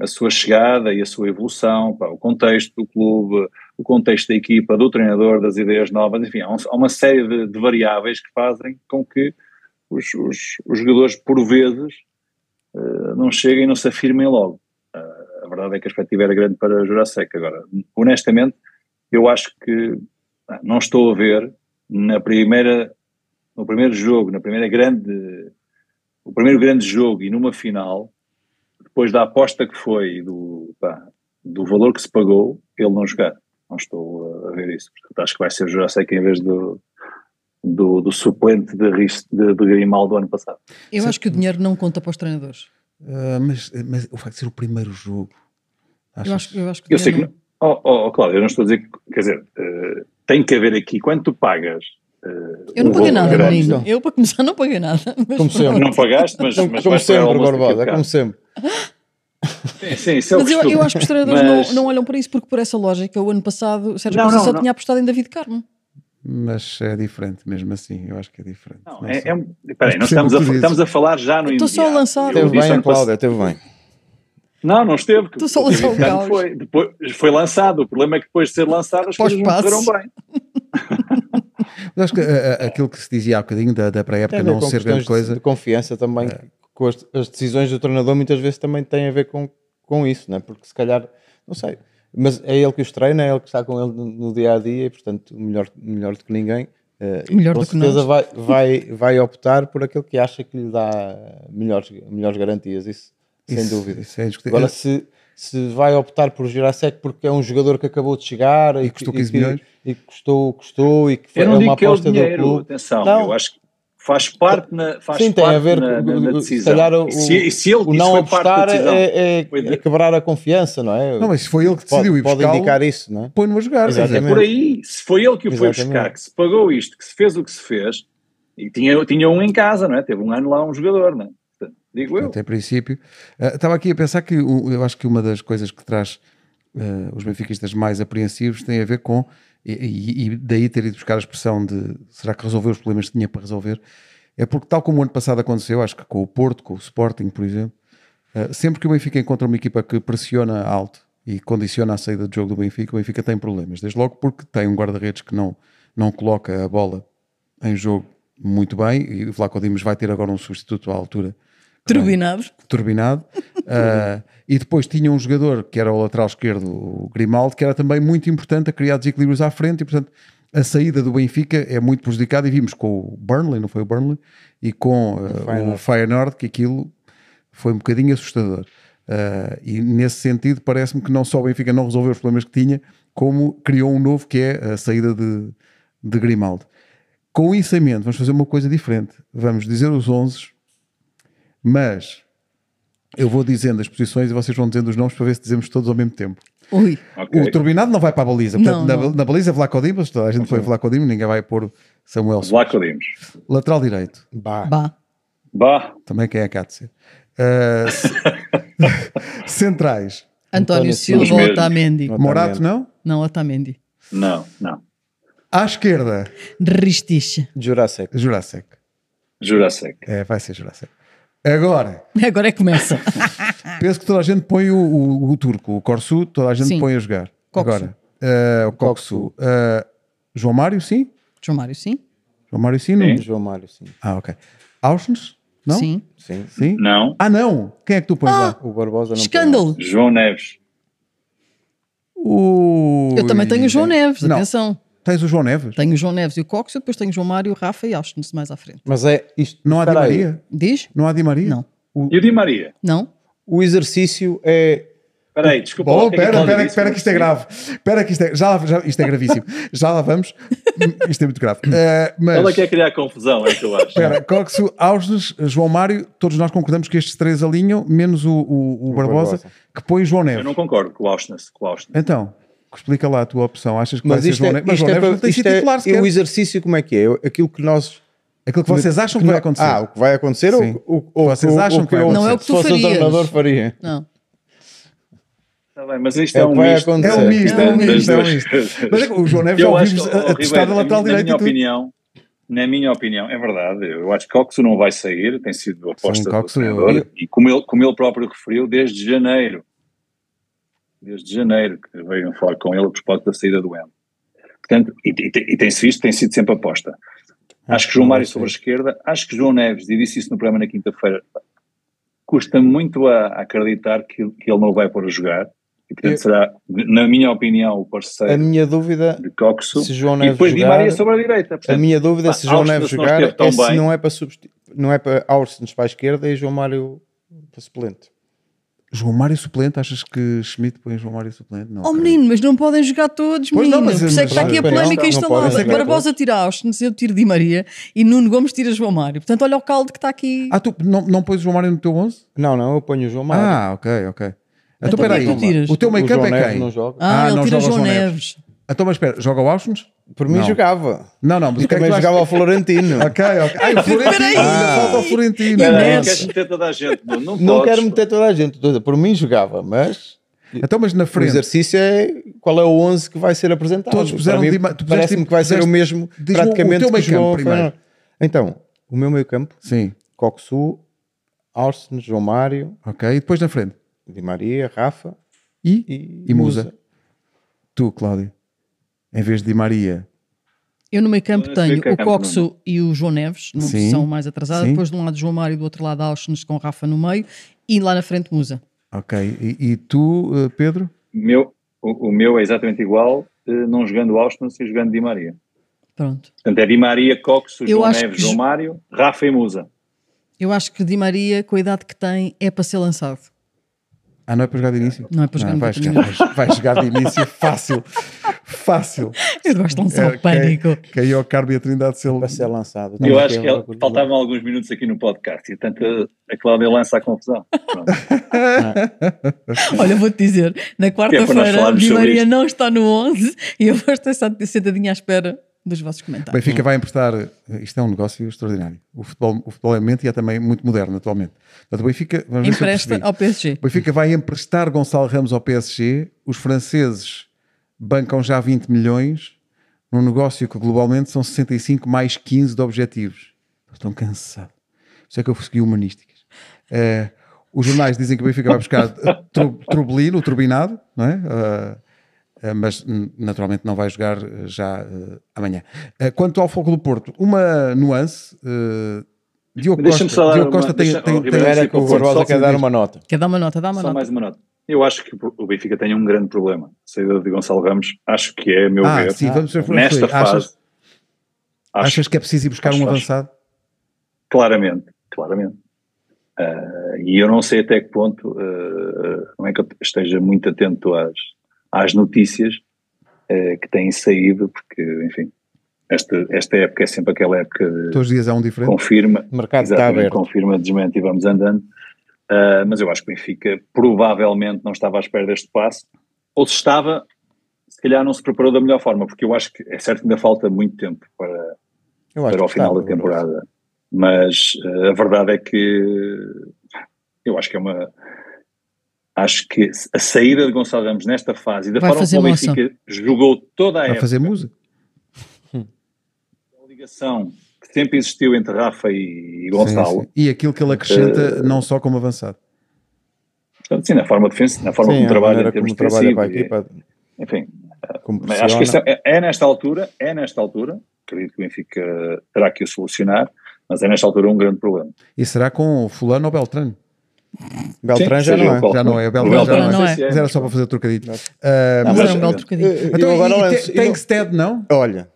Speaker 3: a sua chegada e a sua evolução, pá, o contexto do clube, o contexto da equipa, do treinador, das ideias novas, enfim, há, um- há uma série de, de variáveis que fazem com que os, os, os jogadores, por vezes, eh, não cheguem e não se afirmem logo. Eh, a verdade é que a expectativa era grande para Jurassic. Agora, honestamente, eu acho que ah, não estou a ver na primeira, no primeiro jogo, na primeira grande, o primeiro grande jogo e numa final, depois da aposta que foi e do, pá, do valor que se pagou, ele não jogar. Não estou a ver isso. Portanto, acho que vai ser Jurassic em vez do, do, do suplente de, Rist- de, de Grimaldo do ano passado.
Speaker 2: Eu
Speaker 5: Sim.
Speaker 2: acho que o dinheiro não conta para os treinadores.
Speaker 5: Ah, mas, mas o facto de ser o primeiro jogo.
Speaker 2: Eu
Speaker 5: achas-
Speaker 2: acho, eu acho que o
Speaker 3: Eu sei que
Speaker 2: dinheiro
Speaker 3: não. Oh, oh, oh, Cláudio, eu não estou a dizer. que- Quer dizer, eh, tem que haver aqui. Quando tu pagas. eh,
Speaker 2: não- Eu não
Speaker 3: o
Speaker 2: paguei
Speaker 3: valor
Speaker 2: nada,
Speaker 3: grande-
Speaker 4: Grande.
Speaker 2: menino. Eu, para começar, não paguei nada. Mas
Speaker 4: Como sempre.
Speaker 2: pronto.
Speaker 3: Não pagaste, mas.
Speaker 4: como,
Speaker 3: mas
Speaker 4: como
Speaker 3: vais pagar
Speaker 4: sempre,
Speaker 3: almoço
Speaker 4: Barbosa,
Speaker 3: daqui a
Speaker 4: como sempre.
Speaker 3: bocado. Sim, sim, isso é o
Speaker 2: Mas eu,
Speaker 3: costume.
Speaker 2: eu acho que os treinadores
Speaker 3: Mas-
Speaker 2: não, não olham para isso, porque por essa lógica, o ano passado, o Sérgio
Speaker 3: Não,
Speaker 2: Conceição
Speaker 3: não, não.
Speaker 2: tinha apostado em David Carmo.
Speaker 5: Mas é diferente, mesmo assim. Eu acho que é diferente.
Speaker 3: Não,
Speaker 5: Não
Speaker 3: é,
Speaker 5: sei.
Speaker 3: é um- peraí,
Speaker 5: Mas
Speaker 3: nós estamos
Speaker 5: percebo o que tu
Speaker 3: a, fa-
Speaker 5: dizes.
Speaker 3: estamos a falar já no
Speaker 2: Eu estou só a
Speaker 3: imediato.
Speaker 2: lançar.
Speaker 3: Eu
Speaker 4: Teve
Speaker 3: disse é
Speaker 4: bem a
Speaker 3: ano pass-
Speaker 4: Cláudia, teve bem.
Speaker 3: Não, não esteve.
Speaker 2: Estou só a lançar o caos.
Speaker 3: Foi, depois, foi lançado. O problema é que depois de ser lançado as coisas não
Speaker 2: Pós-passos.
Speaker 3: correram bem.
Speaker 5: Mas acho que ah, ah, aquilo que se dizia há bocadinho da, da
Speaker 4: Tem
Speaker 5: pré-época
Speaker 4: a ver
Speaker 5: não
Speaker 4: com
Speaker 5: ser grande
Speaker 4: questões de-
Speaker 5: coisa. É.
Speaker 4: De, confiança também, com as, as decisões do treinador muitas vezes também têm a ver com, com isso, não é? porque se calhar, não sei, mas é ele que os treina, é ele que está com ele no, no dia a dia e, portanto, melhor, melhor do que ninguém. eh, e
Speaker 2: Melhor
Speaker 4: com
Speaker 2: do que nós.
Speaker 4: certeza vai, vai, vai optar por aquele que acha que lhe dá melhores, melhores garantias, isso, sem
Speaker 5: Isso-
Speaker 4: dúvida.
Speaker 5: isso é indiscutível.
Speaker 4: Agora, se, se vai optar por Jurasek porque é um jogador que acabou de chegar e,
Speaker 5: custou
Speaker 4: que-
Speaker 5: 15
Speaker 4: que-
Speaker 5: milhões.
Speaker 4: e que custou, custou e que foi
Speaker 3: Eu
Speaker 4: é
Speaker 3: não
Speaker 4: uma
Speaker 3: digo que é o
Speaker 4: aposta do
Speaker 3: dinheiro.
Speaker 4: clube.
Speaker 3: Atenção,
Speaker 4: Não.
Speaker 3: eu acho que faz parte na. Faz
Speaker 4: Sim, tem
Speaker 3: parte
Speaker 4: a ver
Speaker 3: na,
Speaker 4: com-
Speaker 3: na, na
Speaker 4: com- se
Speaker 3: decisão.
Speaker 4: calhar o,
Speaker 3: e se, e se ele isso
Speaker 4: o não
Speaker 3: foi parte da
Speaker 4: apostar
Speaker 3: decisão.
Speaker 4: é, é-
Speaker 3: Foi de-
Speaker 4: é quebrar a confiança, não é?
Speaker 5: Não, mas foi ele que
Speaker 4: pode,
Speaker 5: decidiu ir
Speaker 4: pode
Speaker 5: buscá-lo,
Speaker 4: indicar isso, não é?
Speaker 5: põe-no a jogar. quer dizer,
Speaker 4: Exatamente.
Speaker 3: por aí, se foi ele que o foi
Speaker 4: Exatamente.
Speaker 3: buscar, que se pagou isto, que se fez o que se fez, e tinha, tinha um em casa, não é? Teve um ano lá um jogador, não é? Digo eu.
Speaker 1: Até princípio. Ah, estava aqui a pensar que o- eu acho que uma das coisas que traz ah, os benfiquistas mais apreensivos tem a ver com, e- e, e daí ter ido buscar a expressão de será que resolveu os problemas que tinha para resolver, é porque tal como o ano passado aconteceu, acho que com o Porto, com o Sporting, por exemplo, ah, sempre que o Benfica encontra uma equipa que pressiona alto e condiciona a saída de jogo do Benfica, o Benfica tem problemas. Desde logo porque tem um guarda-redes que não, não coloca a bola em jogo muito bem, e o Vlaco Dimos vai ter agora um substituto à altura
Speaker 2: Turbinado.
Speaker 1: turbinado. Ah, e depois tinha um jogador que era o lateral esquerdo, o Grimaldo, que era também muito importante a criar desequilíbrios à frente e, portanto, a saída do Benfica é muito prejudicada. E vimos com o Burnley, não foi o Burnley? E com ah, o Feyenoord, que aquilo foi um bocadinho assustador. Ah, e nesse sentido, parece-me que não só o Benfica não resolveu os problemas que tinha, como criou um novo que é a saída de, de Grimaldo. Com isso em mente, vamos fazer uma coisa diferente. Vamos dizer os 11, mas eu vou dizendo as posições e vocês vão dizendo os nomes para ver se dizemos todos ao mesmo tempo.
Speaker 2: Ui,
Speaker 3: Ok.
Speaker 1: O turbinado não vai para a baliza. Portanto,
Speaker 2: Não,
Speaker 1: na,
Speaker 2: não.
Speaker 1: na baliza Vlaco Dimos, toda a gente foi Vlaco Dimos, ninguém vai pôr Samuel.
Speaker 3: Lá que ouvimos.
Speaker 1: Lateral direito,
Speaker 4: Bah.
Speaker 2: bah.
Speaker 3: Bah,
Speaker 1: também quem é cá de ser. Ah, se- Centrais,
Speaker 2: António
Speaker 4: António
Speaker 2: Silva
Speaker 3: Silva.
Speaker 2: ou Otamendi?
Speaker 1: Morato não?
Speaker 2: Não, Otamendi.
Speaker 3: não, não.
Speaker 1: À esquerda,
Speaker 2: Ristiche.
Speaker 4: Jurassic.
Speaker 1: Jurasek.
Speaker 3: Jurassic.
Speaker 1: É, vai ser Jurasek. Agora,
Speaker 2: Agora é que começa.
Speaker 1: penso que toda a gente põe o, o- o turco, o Corsu, toda a gente
Speaker 2: Ah. Sim.
Speaker 1: põe a jogar.
Speaker 2: Coxu.
Speaker 1: Agora, ah, o Coxu. Ah, João Mário, sim?
Speaker 2: João Mário, sim?
Speaker 1: João Mário, sim? Nunes?
Speaker 4: João Mário, sim.
Speaker 1: Ah, ok. Ausnes? Não?
Speaker 2: Sim.
Speaker 4: Sim.
Speaker 1: Sim?
Speaker 3: Não.
Speaker 1: Ah, não! Quem é que tu pões
Speaker 2: Ah!
Speaker 1: lá?
Speaker 4: O Barbosa não
Speaker 2: Escândalo.
Speaker 3: João Neves.
Speaker 1: O...
Speaker 2: Eu também tenho o João Neves,
Speaker 1: Não,
Speaker 2: atenção. Tá.
Speaker 1: tens o João Neves?
Speaker 2: Tenho o João Neves e o Cox, depois tenho o João Mário, o Rafa e Austin-se mais à frente.
Speaker 4: pode. Mas é isto.
Speaker 1: Não há Di
Speaker 4: espera aí.
Speaker 1: Maria?
Speaker 2: Diz?
Speaker 1: Não há Di Maria?
Speaker 2: Não.
Speaker 3: E o Di Maria?
Speaker 2: Não?
Speaker 4: O exercício é.
Speaker 3: Espera aí, desculpa. lá,
Speaker 1: Bom,
Speaker 3: o que é que
Speaker 1: espera,
Speaker 3: eu
Speaker 1: espera,
Speaker 3: disse?
Speaker 1: espera que isto é grave. Espera que isto é, já, lá- já- isto é gravíssimo. já lá vamos. Isto é muito grave. Eh,
Speaker 3: Ela
Speaker 1: mas,
Speaker 4: é
Speaker 3: quer é criar confusão, é o que eu acho.
Speaker 1: espera, Coxo, Ausnes, João Mário, todos nós concordamos que estes três alinham, menos o, o- o Barbosa,
Speaker 4: Barbosa.
Speaker 1: que põe o João
Speaker 3: Eu
Speaker 1: Neves.
Speaker 3: não concordo com o Ausnes. Com o Ausnes.
Speaker 1: Então, explica lá a tua opção. Achas que
Speaker 4: Mas
Speaker 1: vai ser
Speaker 4: isto
Speaker 1: João
Speaker 4: é.
Speaker 1: Neves? Mas
Speaker 4: isto
Speaker 1: João
Speaker 4: é
Speaker 1: Neves
Speaker 4: para-
Speaker 1: não tem
Speaker 4: isto
Speaker 1: sido
Speaker 4: é-
Speaker 1: titular
Speaker 4: e
Speaker 1: sequer.
Speaker 4: O exercício como é que é? Aquilo que nós.
Speaker 1: Aquilo que vocês acham que vai acontecer.
Speaker 4: Ah, o que vai acontecer
Speaker 1: Sim.
Speaker 4: ou, ou, ou
Speaker 1: Vocês
Speaker 4: ou-
Speaker 1: acham
Speaker 4: ou
Speaker 1: que vai
Speaker 4: eu,
Speaker 1: acontecer?
Speaker 2: Não é o que tu
Speaker 4: se fosse
Speaker 2: farias.
Speaker 4: o treinador faria.
Speaker 2: Não.
Speaker 3: Tá bem, mas isto
Speaker 4: É
Speaker 3: é,
Speaker 4: o
Speaker 3: um
Speaker 4: que vai
Speaker 3: misto.
Speaker 4: acontecer.
Speaker 1: É um misto, é um
Speaker 3: das
Speaker 1: misto, é um
Speaker 3: duas
Speaker 1: misto.
Speaker 3: coisas.
Speaker 1: Mas é que o João Neves já
Speaker 3: Eu acho
Speaker 1: ouvimos
Speaker 3: que, oh,
Speaker 1: a, a testar
Speaker 3: Ribeiro,
Speaker 1: da lateral
Speaker 3: na
Speaker 1: direita
Speaker 3: minha
Speaker 1: e tudo.
Speaker 3: opinião, na minha opinião, é verdade. Eu acho que Coxo não vai sair, tem sido a aposta do
Speaker 1: Coxo,
Speaker 3: treinador.
Speaker 1: eu-
Speaker 3: E como ele, como ele próprio referiu, desde janeiro, desde janeiro que veio falar com ele a propósito da saída do Endo. Portanto, e, e tem- e tem-se visto, tem sido sempre aposta. Acho que João Mário sobre a esquerda, acho que João Neves, e disse isso no programa na quinta-feira, custa muito a a acreditar que, que ele não vai pôr a jogar. E portanto
Speaker 4: Eu-
Speaker 3: será, na minha opinião, o parceiro
Speaker 4: A minha dúvida
Speaker 3: de Coxo
Speaker 4: se João
Speaker 1: é
Speaker 3: e
Speaker 4: Neves
Speaker 3: depois Di
Speaker 4: jogar,
Speaker 3: Maria sobre a direita.
Speaker 4: a
Speaker 3: portanto,
Speaker 4: minha dúvida é
Speaker 3: pá,
Speaker 4: se João
Speaker 3: Austin
Speaker 4: Neves
Speaker 3: se não
Speaker 4: jogar
Speaker 3: esteve tão
Speaker 4: é se
Speaker 3: bem.
Speaker 4: não é para substituir, não é para Austin para a esquerda e João Mário para suplente.
Speaker 1: João Mário suplente, achas que Schmidt põe João Mário suplente? Não.
Speaker 2: Oh
Speaker 1: acredito.
Speaker 2: menino, mas não podem jogar todos,
Speaker 1: Pois
Speaker 2: menino.
Speaker 1: não, mas-
Speaker 2: Por isso é
Speaker 1: mas
Speaker 2: que está aqui a
Speaker 4: claro,
Speaker 2: polémica
Speaker 4: não, não podem
Speaker 2: instalada.
Speaker 4: jogar
Speaker 2: Barbosa tira Austin, eu tiro Di Maria e Nuno Gomes tira João Mário. Portanto, olha o caldo que está aqui.
Speaker 1: Ah, tu não, não pões o João Mário no teu 11?
Speaker 4: Não, não, eu ponho o João Mário.
Speaker 1: Ah, ok, ok. Então,
Speaker 2: Então
Speaker 1: espera aí.
Speaker 2: quem é que tu tiras?
Speaker 1: O teu
Speaker 4: O
Speaker 1: make-up
Speaker 4: João
Speaker 1: é
Speaker 4: Neves
Speaker 1: quem?
Speaker 4: não joga.
Speaker 2: Ah,
Speaker 1: Ah,
Speaker 2: ele
Speaker 1: não
Speaker 2: tira
Speaker 1: joga o
Speaker 2: João
Speaker 1: João
Speaker 2: Neves.
Speaker 1: Então, mas espera, joga o Ausnes?
Speaker 4: Por mim
Speaker 1: Ah, Não.
Speaker 4: jogava.
Speaker 1: Não, não, mas
Speaker 4: E
Speaker 1: o que é que
Speaker 4: também
Speaker 1: tu achas?
Speaker 4: jogava o Florentino.
Speaker 1: Ok, ok. Ai, o Florentino,
Speaker 2: Espera aí.
Speaker 1: ainda falta o Florentino.
Speaker 2: E o
Speaker 3: Espera aí,
Speaker 2: Neves?
Speaker 3: queres meter toda a gente? Não, não,
Speaker 4: Não
Speaker 3: podes,
Speaker 4: quero meter toda a gente, toda. por mim jogava, mas
Speaker 1: Então, mas na
Speaker 4: o
Speaker 1: frente,
Speaker 4: exercício é qual é o 11 que vai ser apresentado.
Speaker 1: Todos puseram
Speaker 4: Para mim,
Speaker 1: de ima- tu puseste-
Speaker 4: Parece-me que vai ser o
Speaker 1: puseste-
Speaker 4: mesmo,
Speaker 1: diz-me o
Speaker 4: praticamente,
Speaker 1: teu
Speaker 4: que
Speaker 1: meio campo
Speaker 4: jogou-
Speaker 1: primeiro.
Speaker 4: Então, o meu meio-campo,
Speaker 1: sim,
Speaker 4: Coxu, Austin, João Mário,
Speaker 1: ok. E depois na frente,
Speaker 4: Di Maria, Rafa
Speaker 1: E?
Speaker 4: e,
Speaker 1: E Musa. tu, Cláudio, em vez de Di Maria,
Speaker 2: Eu no meio campo
Speaker 3: Eu sei
Speaker 2: tenho
Speaker 3: que é
Speaker 2: o
Speaker 3: campo,
Speaker 2: Coxo e o João Neves, numa
Speaker 1: Sim.
Speaker 2: posição mais atrasada.
Speaker 1: Sim.
Speaker 2: Depois de um lado João Mário e do outro lado Austin com Rafa no meio. E lá na frente Musa.
Speaker 1: ok. E, e tu, eh, Pedro?
Speaker 3: Meu, o, o meu é exatamente igual, eh, não jogando Austin, sim jogando Di Maria.
Speaker 2: Pronto.
Speaker 3: Portanto, é Di Maria, Coxo,
Speaker 2: Eu
Speaker 3: João
Speaker 2: acho
Speaker 3: Neves,
Speaker 2: que
Speaker 3: João
Speaker 2: ju-
Speaker 3: Mário, Rafa e Musa.
Speaker 2: Eu acho que Di Maria, com a idade que tem, é para ser lançado.
Speaker 1: Ah, não é para jogar de início?
Speaker 2: Não é para jogar no
Speaker 1: vai,
Speaker 2: Coutinho.
Speaker 1: jogar, vai- vai jogar de início fácil. Fácil.
Speaker 2: Eu gosto de lançar
Speaker 1: É,
Speaker 2: o pânico.
Speaker 1: cai- Caiu ao Carmo e a Trindade Silva.
Speaker 4: Para ser lançado.
Speaker 3: eu
Speaker 4: Também
Speaker 3: acho que
Speaker 4: é
Speaker 3: ele-
Speaker 4: uma coisa-
Speaker 3: faltavam alguns minutos aqui no podcast e, portanto, eh, a Cláudia lança a confusão. Pronto.
Speaker 2: Olha, vou-te dizer, na
Speaker 3: é nós
Speaker 2: quarta-feira
Speaker 3: falarmos
Speaker 2: Di
Speaker 3: sobre
Speaker 2: Maria
Speaker 3: isto.
Speaker 2: não está no 11 e eu vou estar sentadinha à espera dos vossos comentários.
Speaker 1: O Benfica vai emprestar. Isto é um negócio extraordinário. O futebol, o futebol é mente e é também muito moderno atualmente. Portanto, o Benfica. Vamos ver se eu
Speaker 2: Empresta
Speaker 1: percebi.
Speaker 2: ao PSG.
Speaker 1: O Benfica vai emprestar Gonçalo Ramos ao PSG. Os franceses bancam já 20 milhões num negócio que globalmente são 65 mais 15 de objetivos. Estão cansados. Por isso é que eu segui humanísticas. Eh, os jornais dizem que o Benfica vai buscar tru- Trubelino, o Turbinado, não é? Ah, ah, mas n- naturalmente não vai jogar eh, já eh, amanhã. Eh, quanto ao Fogo do Porto, uma nuance. eh, Diogo
Speaker 3: Deixa-me
Speaker 1: Costa,
Speaker 3: só dar
Speaker 1: Diogo
Speaker 3: uma-
Speaker 1: Costa tem,
Speaker 3: deixa-
Speaker 1: tem-
Speaker 3: oh,
Speaker 1: tem-
Speaker 3: Ribeiro,
Speaker 4: Primeiro é que o
Speaker 3: Só-
Speaker 4: Barbosa
Speaker 3: só-
Speaker 4: quer dar uma nota.
Speaker 2: Quer dar uma nota? Dá uma
Speaker 3: Só
Speaker 2: nota.
Speaker 3: mais uma nota. Eu acho que o Benfica tem um grande problema. A saída de Gonçalo Ramos, acho que é, a meu
Speaker 1: Ah,
Speaker 3: ver,
Speaker 1: sim, vamos ver por onde
Speaker 3: nesta
Speaker 1: foi.
Speaker 3: fase,
Speaker 1: Achas,
Speaker 3: acho
Speaker 1: achas que é preciso ir buscar
Speaker 3: acho-
Speaker 1: um
Speaker 3: acho.
Speaker 1: avançado?
Speaker 3: Claramente, claramente. Ah, e eu não sei até que ponto, ah, não é que eu esteja muito atento às, às notícias ah, que têm saído, porque, enfim, esta, esta época é sempre aquela época de
Speaker 1: Todos os dias é um diferente.
Speaker 3: confirma,
Speaker 4: O mercado está
Speaker 3: exatamente,
Speaker 4: aberto.
Speaker 3: confirma, desmente e vamos andando. Ah, mas eu acho que o Benfica provavelmente não estava à espera deste passo, ou se estava, se calhar não se preparou da melhor forma, porque eu acho que é certo que ainda falta muito tempo para,
Speaker 4: Eu
Speaker 3: para
Speaker 4: acho que
Speaker 3: o final
Speaker 4: está,
Speaker 3: da
Speaker 4: Barbosa.
Speaker 3: temporada. Mas eh, a verdade é que eu acho que é uma. Acho que a saída de Gonçalo Ramos nesta fase e da
Speaker 2: Vai
Speaker 3: forma
Speaker 2: fazer
Speaker 3: como o
Speaker 2: moça.
Speaker 3: Benfica jogou toda a
Speaker 1: Vai
Speaker 3: época,
Speaker 1: fazer música.
Speaker 3: a ligação que sempre existiu entre Rafa e, e
Speaker 1: Sim,
Speaker 3: Gonçalo,
Speaker 1: sim. E aquilo
Speaker 4: Eh,
Speaker 1: que ele acrescenta, não só como avançado.
Speaker 3: portanto, sim, na forma defensiva, na forma
Speaker 4: Sim,
Speaker 3: como
Speaker 4: a
Speaker 3: trabalha
Speaker 4: maneira
Speaker 3: em termos
Speaker 4: como trabalha para a
Speaker 3: defensivos,
Speaker 4: equipa,
Speaker 3: e- enfim,
Speaker 4: como
Speaker 3: Mas acho que
Speaker 4: pressiona.
Speaker 3: esta- é, é nesta altura, é nesta altura, acredito que o Benfica terá que o solucionar, mas é nesta altura um grande problema.
Speaker 1: E será com o fulano ou Beltrano?
Speaker 4: Beltrán
Speaker 3: Sim,
Speaker 4: já
Speaker 3: seja
Speaker 4: não
Speaker 3: o
Speaker 4: é.
Speaker 3: qual
Speaker 1: Já não
Speaker 3: for.
Speaker 1: é,
Speaker 3: O
Speaker 1: Beltrán
Speaker 2: já não
Speaker 3: sei
Speaker 2: é.
Speaker 3: se
Speaker 1: Mas era só para fazer trocadilho.
Speaker 4: Não.
Speaker 1: Ah,
Speaker 3: Não,
Speaker 2: Mas
Speaker 1: mas-
Speaker 2: era um belo trocadilho.
Speaker 3: Eh,
Speaker 4: Eu- eu
Speaker 1: então,
Speaker 4: agora
Speaker 1: e- e
Speaker 4: lanço-
Speaker 1: te- tem
Speaker 4: eu-
Speaker 1: Stead, não?
Speaker 4: Olha,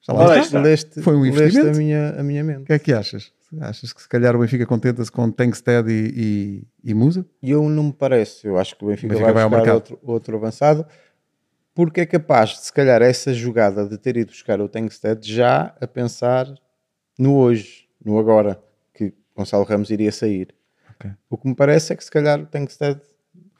Speaker 1: Está lá
Speaker 3: Olha,
Speaker 1: está.
Speaker 3: Tá.
Speaker 4: leste,
Speaker 1: Foi um
Speaker 4: leste
Speaker 1: investimento.
Speaker 4: a minha, a minha
Speaker 1: O
Speaker 4: mente.
Speaker 1: que é que achas? Achas que se calhar o Benfica contenta-se com Tankstead e, e, e Musa?
Speaker 4: E eu não me parece. Eu acho que o Benfica,
Speaker 1: Benfica vai
Speaker 4: vai
Speaker 1: ao
Speaker 4: buscar
Speaker 1: mercado.
Speaker 4: outro, outro avançado. Porque é capaz de, se calhar, essa jogada de ter ido buscar o Tankstead já a pensar no hoje, no agora, que Gonçalo Ramos iria sair.
Speaker 1: Ok.
Speaker 4: O que me parece é que, se calhar, o Tankstead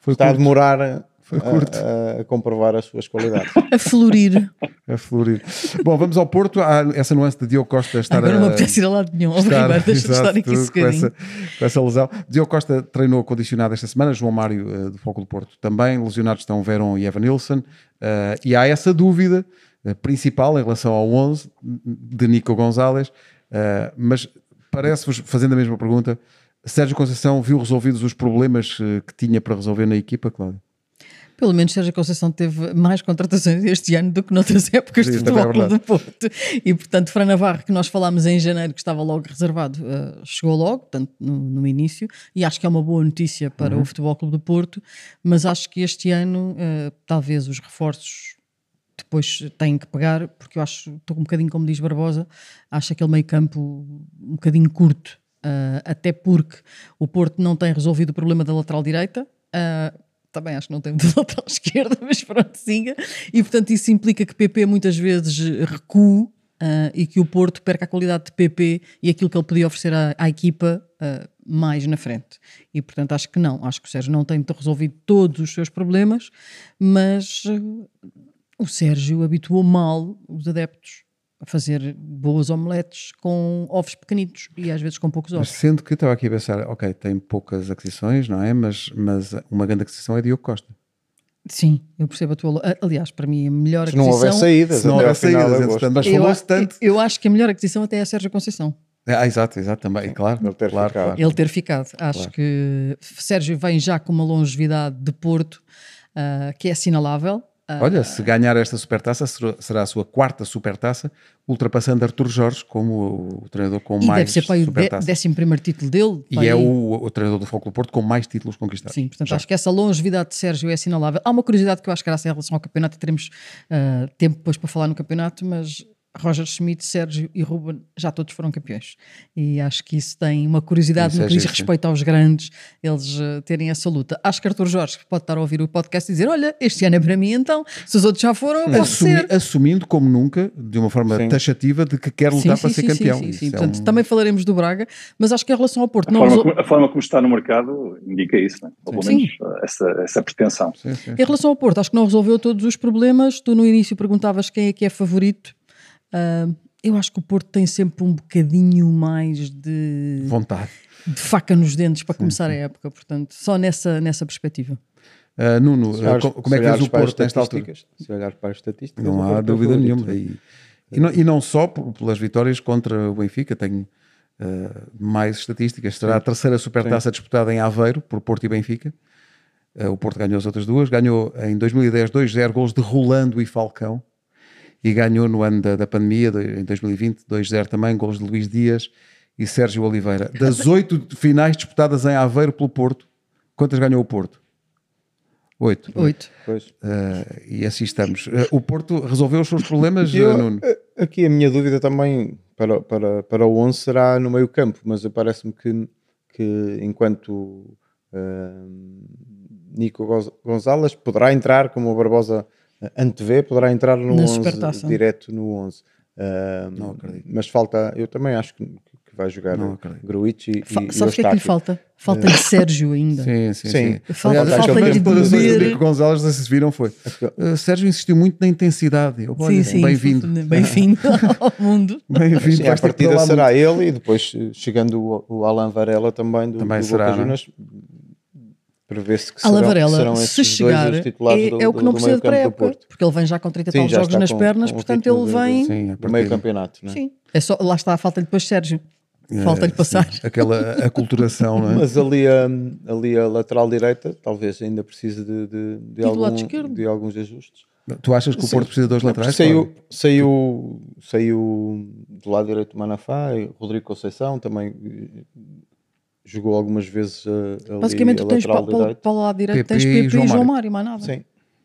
Speaker 1: Foi
Speaker 4: está Ah. a
Speaker 1: curto,
Speaker 4: demorar a,
Speaker 1: Foi curto.
Speaker 4: a- a comprovar as suas qualidades.
Speaker 3: eh,
Speaker 2: A florir.
Speaker 1: a florir. É Bom, vamos ao Porto. Há essa nuance de Diogo Costa estar
Speaker 2: Agora
Speaker 1: a...
Speaker 2: não me apetece ir a lado nenhum. Ó,
Speaker 1: estar-
Speaker 2: Ribeiro,
Speaker 1: exato,
Speaker 2: Deixa-me estar aqui
Speaker 1: com essa,
Speaker 2: secadinho.
Speaker 1: com essa lesão. Diogo Costa treinou condicionado esta semana, João Mário eh, do Foco do Porto também, lesionados estão Verón e Evan Nilsson, eh, e há essa dúvida eh, principal em relação ao 11 de Nico Gonzalez, eh, mas parece-vos, fazendo a mesma pergunta, Sérgio Conceição viu resolvidos os problemas eh, que tinha para resolver na equipa, Cláudio?
Speaker 2: Pelo menos Sérgio Conceição teve mais contratações este ano do que noutras épocas
Speaker 1: Sim,
Speaker 2: de
Speaker 1: também é
Speaker 2: futebol
Speaker 1: verdade.
Speaker 2: do Porto. E, portanto, Fran Navarro, que nós falámos em janeiro, que estava logo reservado, eh, chegou logo, portanto, no, no início, e acho que é uma boa notícia para
Speaker 1: Uhum.
Speaker 2: o Futebol Clube do Porto, mas acho que este ano, eh, talvez os reforços depois têm que pegar, porque eu acho, estou um bocadinho como diz Barbosa, acho aquele meio campo um bocadinho curto, ah, até porque o Porto não tem resolvido o problema da lateral direita, ah, também acho que não tem muito da lateral esquerda, mas pronto, siga, e portanto isso implica que PP muitas vezes recua ah, e que o Porto perca a qualidade de PP e aquilo que ele podia oferecer à, à equipa ah, mais na frente. E portanto acho que não, acho que o Sérgio não tem resolvido todos os seus problemas, mas eh, o Sérgio habituou mal os adeptos a fazer boas omeletes com ovos pequenitos e às vezes com poucos
Speaker 1: Mas
Speaker 2: ovos.
Speaker 1: sendo que estava aqui a pensar, ok, tem poucas aquisições, não é? Mas, mas uma grande aquisição é Diogo Costa.
Speaker 2: Sim, eu percebo a tua. lo- a- Aliás, para mim, a melhor
Speaker 4: Se
Speaker 2: aquisição.
Speaker 4: não houver saídas,
Speaker 1: Se não houver
Speaker 4: até ao final
Speaker 1: saídas,
Speaker 4: de agosto.
Speaker 1: entretanto, mas
Speaker 2: eu,
Speaker 1: falou-se tanto.
Speaker 2: eu acho que a melhor aquisição até é a Sérgio Conceição.
Speaker 1: Ah, exato, exato, também, claro.
Speaker 4: Ele ter
Speaker 1: claro,
Speaker 4: ficado.
Speaker 1: claro.
Speaker 2: Ele ter ficado. Acho que Sérgio vem já com uma longevidade de Porto ah, que é assinalável. Ah,
Speaker 1: Olha, se ganhar esta supertaça, ser- será a sua quarta supertaça, ultrapassando Artur Jorge como o- o treinador com
Speaker 2: e
Speaker 1: mais
Speaker 2: deve ser para aí o dé-
Speaker 1: supertaças.
Speaker 2: décimo primeiro título dele.
Speaker 1: E
Speaker 2: para
Speaker 1: é
Speaker 2: aí.
Speaker 1: o, o treinador do Foco do Porto com mais títulos conquistados.
Speaker 2: Sim, portanto,
Speaker 1: Já.
Speaker 2: acho que essa longevidade de Sérgio é assinalável. Há uma curiosidade que eu acho que era assim em relação ao campeonato, e teremos ah, tempo depois para falar no campeonato, mas Roger Schmidt, Sérgio e Ruben já todos foram campeões. E acho que isso tem uma curiosidade
Speaker 1: Isso
Speaker 2: no
Speaker 1: é
Speaker 2: que diz
Speaker 1: giro, sim.
Speaker 2: respeito aos grandes, eles ah, terem essa luta. Acho que Arthur Jorge pode estar a ouvir o podcast e dizer: Olha, este ano é para mim, então, se os outros já foram, eu posso
Speaker 1: Assumi-
Speaker 2: ser.
Speaker 1: assumindo como nunca, de uma forma
Speaker 4: Sim.
Speaker 1: taxativa, de que quer lutar para tá ser campeão.
Speaker 2: Sim, sim,
Speaker 1: Isso
Speaker 2: sim.
Speaker 1: é
Speaker 2: Portanto,
Speaker 1: um-
Speaker 2: também falaremos do Braga, mas acho que em relação ao Porto,
Speaker 3: A
Speaker 2: não
Speaker 3: forma,
Speaker 2: resol-
Speaker 3: como, a forma como está no mercado indica isso, né? ou pelo
Speaker 2: Sim.
Speaker 3: menos uh, essa, essa pretensão.
Speaker 1: Sim, sim.
Speaker 2: Em relação ao Porto, acho que não resolveu todos os problemas. Tu no início perguntavas quem é que é favorito. Ah, eu acho que o Porto tem sempre um bocadinho mais de,
Speaker 1: Vontade.
Speaker 2: de faca nos dentes para começar a época, portanto, só nessa, nessa perspectiva.
Speaker 1: Ah, Nuno, ah, co- como é que vês o Porto nesta altura?
Speaker 4: estatísticas? Se olhar para as estatísticas, o
Speaker 1: Não
Speaker 4: Porto é
Speaker 1: há dúvida nenhuma.
Speaker 4: favorito, não é?
Speaker 1: E, e não, e não só por- pelas vitórias contra o Benfica, tenho ah, mais estatísticas. Será a terceira supertaça disputada em Aveiro por Porto e Benfica. Ah, o Porto ganhou as outras duas. Ganhou em 2010 2-0 gols de Rolando e Falcão. E ganhou no ano da, da pandemia, do- em 2020, 2-0 também, gols de Luís Dias e Sérgio Oliveira. Das oito finais disputadas em Aveiro pelo Porto, quantas ganhou o Porto? Oito.
Speaker 2: Oito.
Speaker 4: Pois.
Speaker 1: Uh, e assim estamos. Uh, o Porto resolveu os seus problemas,
Speaker 4: Eu-
Speaker 1: uh, Nuno?
Speaker 4: a- Aqui a minha dúvida também para, para, para o 11 será no meio campo, mas parece-me que, que enquanto ah, Nico Gonz- Gonzalez poderá entrar, como o Barbosa ah, antevê, poderá entrar no
Speaker 2: Na
Speaker 4: 11,
Speaker 2: supertaça.
Speaker 4: direto no 11. Ah,
Speaker 1: Não acredito.
Speaker 4: Mas falta, eu também acho que, que vai jogar
Speaker 1: Não acredito.
Speaker 4: Gruitch e,
Speaker 2: Fa
Speaker 4: e, e
Speaker 2: sabes o que é que lhe
Speaker 4: Eustáquio.
Speaker 2: falta? Falta de Sérgio ainda.
Speaker 1: Sim, sim,
Speaker 4: Sim.
Speaker 1: sim.
Speaker 2: Falta-
Speaker 1: acho que as
Speaker 4: falta de
Speaker 1: declarações
Speaker 2: beber.
Speaker 1: do Nico Gonzalez, não sei se viram, foi. Uh, Sérgio insistiu muito na intensidade. Eu, olha, Bem-vindo.
Speaker 2: Bem-vindo ao mundo.
Speaker 1: Bem-vindo.
Speaker 4: Sim, a
Speaker 1: vais ter que
Speaker 4: partida
Speaker 1: pedalar
Speaker 4: será ele e depois eh, chegando o, o Alan Varela também do,
Speaker 1: Também
Speaker 4: do
Speaker 1: será,
Speaker 4: Boca
Speaker 1: não é?
Speaker 4: Juniors. Prevê-se que
Speaker 2: Alan
Speaker 4: serão,
Speaker 2: Varela,
Speaker 4: serão esses
Speaker 2: se chegar,
Speaker 4: dois os
Speaker 2: é,
Speaker 4: titulares do,
Speaker 2: é o que
Speaker 4: do-
Speaker 2: não
Speaker 4: do
Speaker 2: precisa de
Speaker 4: meio-campo do
Speaker 2: pré-época,
Speaker 4: Porto,
Speaker 2: porque ele vem já com 30 e
Speaker 4: Sim,
Speaker 2: tal
Speaker 4: já
Speaker 2: jogos
Speaker 4: está
Speaker 2: nas
Speaker 4: com- um
Speaker 2: pernas,
Speaker 4: com o
Speaker 2: portanto
Speaker 4: ritmo
Speaker 2: ele
Speaker 4: do- do-
Speaker 2: vem.
Speaker 1: Sim, a
Speaker 4: do meio
Speaker 1: partida.
Speaker 4: campeonato. Não é?
Speaker 2: Sim. É só, lá está, falta-lhe depois Sérgio. Falta-lhe
Speaker 1: Eh, Sim,
Speaker 2: passar.
Speaker 1: Aquela aculturação, não é?
Speaker 4: Mas ali a, ali a lateral direita talvez ainda precise de, de, de
Speaker 2: do
Speaker 4: algum-
Speaker 2: lado esquerdo?
Speaker 4: de alguns ajustes.
Speaker 1: Tu achas que o
Speaker 4: Sim.
Speaker 1: Porto precisa de dois
Speaker 4: Não, porque
Speaker 1: laterais?
Speaker 4: Saiu, saiu, saiu do lado direito Manafá, e Rodrigo Conceição também eh, jogou algumas vezes eh, ali
Speaker 2: Basicamente,
Speaker 4: a
Speaker 2: tu tens para,
Speaker 4: lateral
Speaker 2: para,
Speaker 4: direita.
Speaker 2: para o lado direito,
Speaker 1: PP
Speaker 2: tens
Speaker 1: e
Speaker 2: PP e João,
Speaker 1: João Mário.
Speaker 2: Mário, mais nada.
Speaker 4: Sim,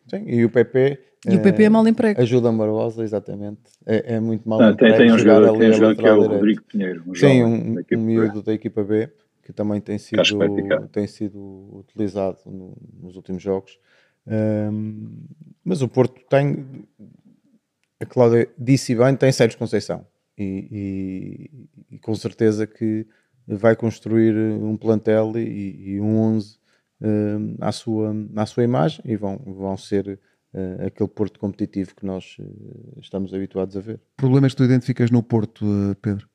Speaker 4: sim. E o PP.
Speaker 2: E o
Speaker 4: eh,
Speaker 2: PP é mal emprego.
Speaker 4: Ajuda Barbosa, exatamente. É, é muito mal
Speaker 3: Ah, tem,
Speaker 4: emprego
Speaker 3: tem um jogador, tem um
Speaker 4: a
Speaker 3: jogador que é o
Speaker 4: lateral direito.
Speaker 3: Rodrigo Pinheiro. Um
Speaker 4: Sim,
Speaker 3: jovem
Speaker 4: um,
Speaker 3: daqui
Speaker 4: um
Speaker 3: por-
Speaker 4: miúdo da equipa B que também tem sido,
Speaker 3: acho que é vai ficar.
Speaker 4: tem sido utilizado no- nos últimos jogos. Ahm, mas o Porto tem, a Cláudia disse bem, tem Sérgio Conceição e, e- e com certeza que vai construir um plantel e, e um 11 hum, à, sua, à sua imagem e vão, vão ser eh, aquele Porto competitivo que nós eh, estamos habituados a ver.
Speaker 1: Problemas que tu identificas no Porto, uh, Pedro?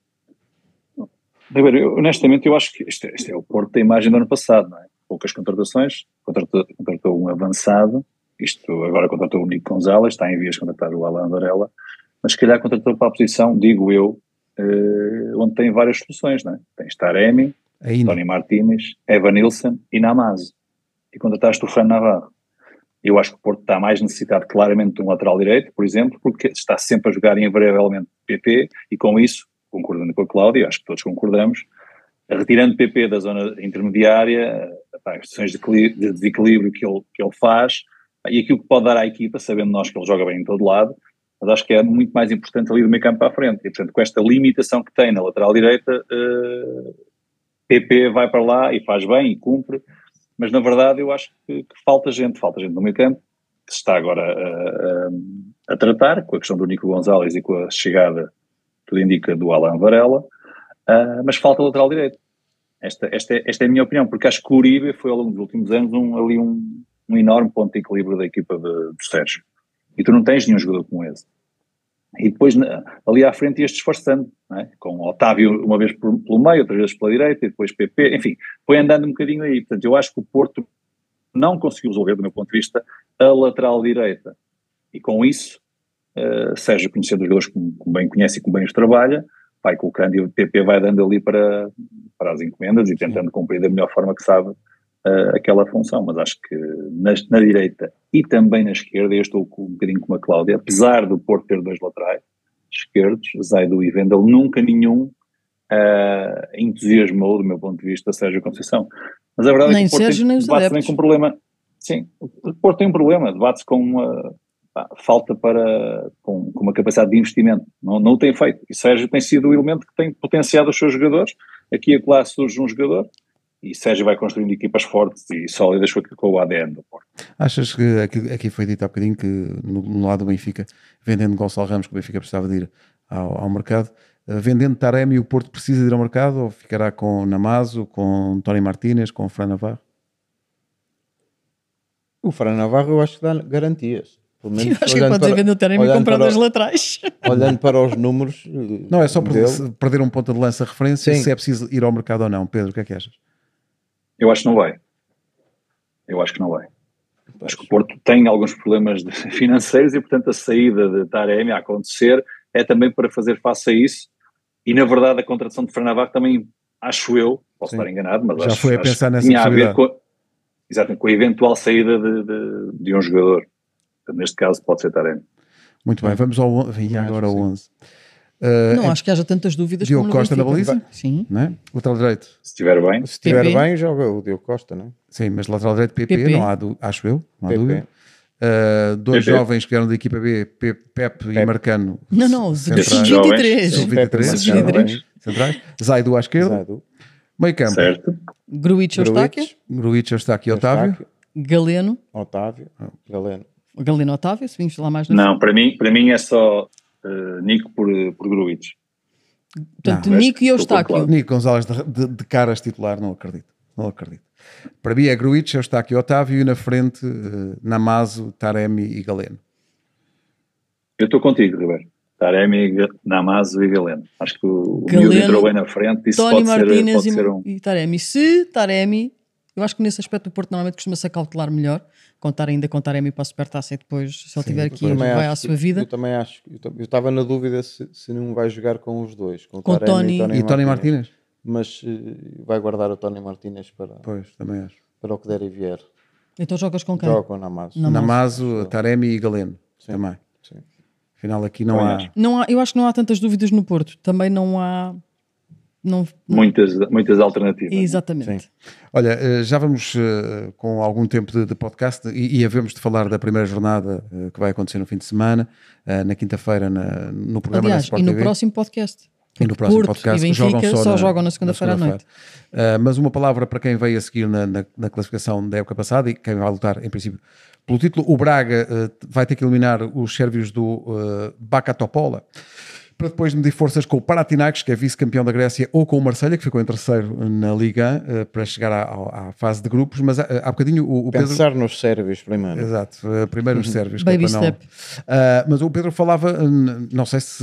Speaker 3: Ribeiro, eu, honestamente, eu acho que isto, é- isto é o Porto da imagem do ano passado, não é? Poucas contratações, contratou, contratou um avançado, isto agora contratou o Nico Gonzalez, está em vias de contratar o Alan Varela, mas se calhar contratou para a posição, digo eu, eh, onde tem várias soluções, não é? Tens Taremi,
Speaker 1: Ainda.
Speaker 3: Tony Martínez, Evanilson e Namazo. E contrataste o Fran Navarro. Eu acho que o Porto está mais necessitado claramente de um lateral direito, por exemplo, porque está sempre a jogar invariavelmente PP e com isso, concordando com a Cláudia, acho que todos concordamos, retirando PP da zona intermediária, eh, pá, as questões de equili- de desequilíbrio que ele, que ele faz e aquilo que pode dar à equipa, sabendo nós que ele joga bem em todo lado, mas acho que é muito mais importante ali do meio campo para a frente. E, portanto, com esta limitação que tem na lateral direita, eh, PP vai para lá e faz bem e cumpre, mas na verdade eu acho que, que falta gente, falta gente no meio campo, que se está agora a, a- a tratar, com a questão do Nico Gonzalez e com a chegada, tudo indica, do Alan Varela, ah, mas falta lateral direito. Esta, esta, é, esta é a minha opinião, porque acho que o Uribe foi ao longo dos últimos anos um, ali um, um enorme ponto de equilíbrio da equipa de, do Sérgio. E tu não tens nenhum jogador como esse. E depois na- ali à frente ias disfarçando, não é? com o Otávio uma vez por- pelo meio, outras vezes pela direita, e depois PP, enfim, foi andando um bocadinho aí. Portanto, eu acho que o Porto não conseguiu resolver, do meu ponto de vista, a lateral direita. E com isso, eh, Sérgio, conhecendo os jogadores como, como bem conhece e como bem os trabalha, vai colocando e o PP vai dando ali para, para as encomendas e tentando cumprir da melhor forma que sabe eh, aquela função. Mas acho que nas- na direita e também na esquerda, eu estou com, um bocadinho com a Cláudia, apesar do Porto ter dois laterais esquerdos, Zaidu e Vendel, nunca nenhum ah, entusiasmou, do meu ponto de vista, Sérgio Conceição. Mas a verdade
Speaker 2: Nem
Speaker 3: é que o Porto
Speaker 2: Sérgio,
Speaker 3: tem,
Speaker 2: nem os
Speaker 3: debate também
Speaker 2: adeptos.
Speaker 3: com um problema. Sim, o Porto tem um problema, debate-se com uma pá, falta para com, com uma capacidade de investimento. Não, não o tem feito. E Sérgio tem sido o elemento que tem potenciado os seus jogadores. Aqui e acolá surge um jogador e Sérgio vai construindo equipas fortes e sólidas com aquilo- com o ADN do Porto.
Speaker 1: Achas que aqui, aqui foi dito há bocadinho que no, no lado do Benfica, vendendo Gonçalo Ramos, que o Benfica precisava de ir ao, ao mercado, eh, vendendo Taremi, o Porto precisa de ir ao mercado ou ficará com Namazo, com Tony Martínez, com Fran Navarro?
Speaker 4: O Fran Navarro eu acho que dá garantias. Pelo
Speaker 2: Eu
Speaker 4: menos
Speaker 2: acho que podes vender o terreno e
Speaker 4: olhando
Speaker 2: comprar
Speaker 4: É, para
Speaker 2: dois
Speaker 4: o-
Speaker 2: laterais.
Speaker 4: olhando para os números. eh,
Speaker 1: Não, é só por se perder um ponto de lança referência,
Speaker 4: Sim.
Speaker 1: se é preciso ir ao mercado ou não. Pedro, o que é que achas?
Speaker 3: Eu acho que não vai. Eu acho que não vai. Acho que o Porto tem alguns problemas de- financeiros e, portanto, a saída de Taremi a acontecer é também para fazer face a isso. E, na verdade, a contratação de Fran Navarro também, acho eu, posso
Speaker 1: Sim.
Speaker 3: estar enganado, mas
Speaker 1: Já
Speaker 3: acho,
Speaker 1: foi a
Speaker 3: acho
Speaker 1: pensar
Speaker 3: que
Speaker 1: nessa
Speaker 3: tinha a ver
Speaker 1: possibilidade.
Speaker 3: com a, exatamente, com a eventual saída de, de- de um jogador. Neste caso, pode ser Taremi.
Speaker 1: Muito bem, vamos ao on- e agora ao 11. Uh,
Speaker 2: Não acho que haja tantas dúvidas
Speaker 1: Diogo
Speaker 2: como no
Speaker 1: Costa na
Speaker 2: Benfica.
Speaker 1: baliza?
Speaker 2: Sim.
Speaker 1: não é? Lateral direito.
Speaker 3: Se estiver bem,
Speaker 4: Se estiver
Speaker 2: PP.
Speaker 4: bem, joga o Diogo Costa, não é?
Speaker 1: Sim, mas lateral direito PP,
Speaker 2: PP.
Speaker 1: Não há dú- acho eu, não há
Speaker 4: PP.
Speaker 1: dúvida. Uh, dois
Speaker 3: PP.
Speaker 1: jovens que vieram da equipa B, Pe- Pepe e
Speaker 4: Pepe.
Speaker 1: Marcano.
Speaker 2: Não, não,
Speaker 1: Centrais.
Speaker 3: Esses
Speaker 2: sub-23.
Speaker 3: jovens
Speaker 1: são 23,
Speaker 3: são
Speaker 4: Pepe,
Speaker 2: Sim,
Speaker 4: Marcano,
Speaker 2: Sim.
Speaker 1: centrais. Zaidu à esquerda,
Speaker 4: Zaidu,
Speaker 1: meio campo.
Speaker 3: certo.
Speaker 2: Gruitch
Speaker 4: Gruitch,
Speaker 2: Eustáquio,
Speaker 1: Gruitch está aqui, Otávio. Ah.
Speaker 4: Eustáquio,
Speaker 2: Galeno,
Speaker 4: Otávio, Galeno.
Speaker 2: Galeno Otávio, subimos lá mais na
Speaker 3: Não, para mim, para mim é só eh, Nico por, por Gruitch.
Speaker 2: Portanto,
Speaker 3: Não,
Speaker 2: Nico e
Speaker 3: estou
Speaker 2: Eustáquio.
Speaker 3: controlado.
Speaker 1: Nico Gonzalez de, de- de caras titular, não acredito. Não acredito. Para mim é Gruitch, está aqui Otávio e na frente eh, Namazo, Taremi e Galeno.
Speaker 3: Eu estou contigo, Ribeiro. Taremi, Ga- Namazo e Galeno. Acho que o, o
Speaker 2: Galeno,
Speaker 3: miúdo entrou bem na frente. Isso
Speaker 2: Tony
Speaker 3: pode ser,
Speaker 2: Martínez
Speaker 3: pode ser um.
Speaker 2: e, e Taremi. Se Taremi, eu acho que nesse aspecto o Porto normalmente costuma-se acautelar melhor, contar ainda com Taremi para a Supertaça e depois, se ele tiver aqui, ele vai à sua vida.
Speaker 4: Eu também acho. Eu tam- eu estava na dúvida se, se não vai jogar com os dois, com,
Speaker 2: Com
Speaker 4: Taremi
Speaker 2: Tony.
Speaker 1: E Tony Martínez?
Speaker 4: Mas eh, vai guardar o Tony Martínez para,
Speaker 1: Pois, também acho.
Speaker 4: para o que der e vier.
Speaker 2: Então jogas com quem?
Speaker 4: Joga com o Namazo.
Speaker 2: Namazo.
Speaker 1: Namazo, Taremi e Galeno.
Speaker 4: Sim.
Speaker 1: Também.
Speaker 4: Sim.
Speaker 1: Afinal, aqui não
Speaker 3: Também
Speaker 1: há.
Speaker 3: acho.
Speaker 2: Não há, eu acho que não há tantas dúvidas no Porto. Também não há. Não,
Speaker 3: Muitas, muitas alternativas.
Speaker 2: exatamente.
Speaker 1: Olha, eh, já vamos eh, com algum tempo de, de podcast e, e havemos de falar da primeira jornada eh, que vai acontecer no fim de semana, eh, na quinta-feira, na- no programa da
Speaker 2: Aliás,
Speaker 1: Sport
Speaker 2: e no
Speaker 1: TV.
Speaker 2: próximo podcast.
Speaker 1: E no próximo
Speaker 2: Porto
Speaker 1: podcast
Speaker 2: e Benfica
Speaker 1: jogam só,
Speaker 2: só
Speaker 1: na,
Speaker 2: jogam na segunda-feira à noite.
Speaker 1: segunda-feira. Ah, mas uma palavra para quem veio a seguir na, na- na classificação da época passada e quem vai lutar, em princípio, pelo título. O Braga ah, vai ter que eliminar os sérvios do ah, Bakatopola para depois medir forças com o Panathinaikos, que é vice-campeão da Grécia, ou com o Marselha que ficou em terceiro na Liga, ah, para chegar à, à- à fase de grupos. Mas ah, há bocadinho o, o Pedro...
Speaker 4: Pensar nos sérvios primeiro.
Speaker 1: Exato, eh, primeiro os sérvios. que é
Speaker 2: Baby
Speaker 1: para não-
Speaker 2: step.
Speaker 1: Ah, mas o Pedro falava, n- não sei se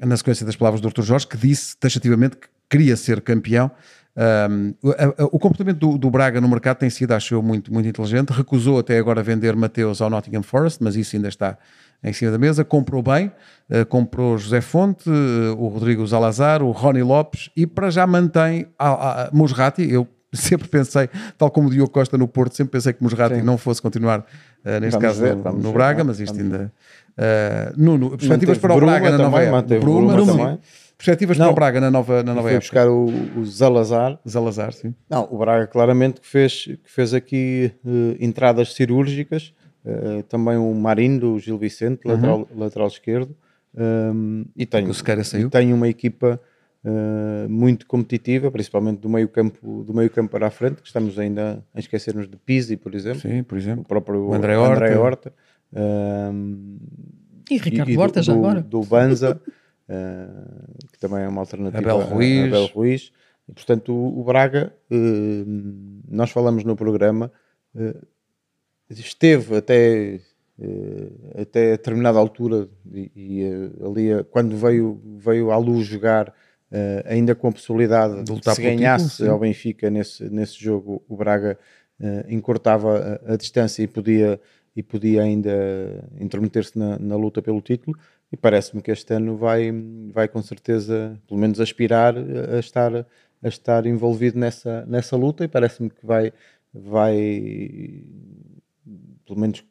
Speaker 1: na sequência das palavras do Dr. Jorge, que disse taxativamente que queria ser campeão. Ahm, o- a- a- o comportamento do, do Braga no mercado tem sido, acho eu, muito, muito inteligente. Recusou até agora vender Mateus ao Nottingham Forest, mas isso ainda está em cima da mesa. Comprou bem, eh, comprou José Fonte, eh, o Rodrigo Zalazar, o Rony Lopes e para já mantém a, a- Musrati. Eu sempre pensei, tal como o Diogo Costa no Porto, sempre pensei que Musrati não fosse continuar, eh, neste
Speaker 4: Vamos
Speaker 1: caso,
Speaker 4: ver,
Speaker 1: no,
Speaker 4: vamos
Speaker 1: no
Speaker 4: ver,
Speaker 1: Braga,
Speaker 4: não é?
Speaker 1: mas isto
Speaker 4: Vamos
Speaker 1: ainda. eh, Nuno, perspectivas
Speaker 4: Manteve
Speaker 1: para o
Speaker 4: Bruma
Speaker 1: Braga na
Speaker 4: também,
Speaker 1: nova era.
Speaker 4: manteve
Speaker 1: Bruma,
Speaker 4: Bruma
Speaker 1: sim.
Speaker 4: também.
Speaker 1: Perspectivas
Speaker 4: Não.
Speaker 1: para o Braga na nova, na nova
Speaker 4: Foi
Speaker 1: época.
Speaker 4: buscar o, o Zalazar.
Speaker 1: Zalazar, sim.
Speaker 4: Não, o Braga claramente que fez, que fez aqui eh, entradas cirúrgicas, eh, também o Marindo, o Gil Vicente, lateral, lateral esquerdo, ehm, e tem,
Speaker 1: Uhum. O Sequeira saiu.
Speaker 4: e tem uma equipa eh, muito competitiva, principalmente do meio, campo, do meio campo para a frente, que estamos ainda a esquecermos de Pizzi, por exemplo,
Speaker 1: Sim, por exemplo.
Speaker 4: o próprio
Speaker 1: O André
Speaker 4: André
Speaker 1: Horta.
Speaker 4: Horta, ehm,
Speaker 2: E
Speaker 4: e
Speaker 2: Ricardo
Speaker 4: do-
Speaker 2: Horta já
Speaker 4: do,
Speaker 2: agora.
Speaker 4: Do Banza, eh, que também é uma alternativa
Speaker 1: Abel
Speaker 4: a- a
Speaker 1: Ruiz.
Speaker 4: Abel Ruiz. E, portanto, o, o Braga, eh, nós falamos no programa, eh, esteve até, eh, até a determinada altura, e, e, eh, ali eh, quando veio, veio à luz jogar, eh, ainda com a possibilidade
Speaker 1: De
Speaker 4: de,
Speaker 1: lutar
Speaker 4: se
Speaker 1: pelo
Speaker 4: ganhasse
Speaker 1: título, sim.
Speaker 4: ao Benfica nesse, nesse jogo, o Braga eh, encurtava a, a distância e podia, e podia ainda intermeter-se na, na luta pelo título. E parece-me que este ano vai, vai com certeza, pelo menos aspirar eh, a estar, a estar envolvido nessa, nessa luta. E parece-me que vai, vai, pelo menos,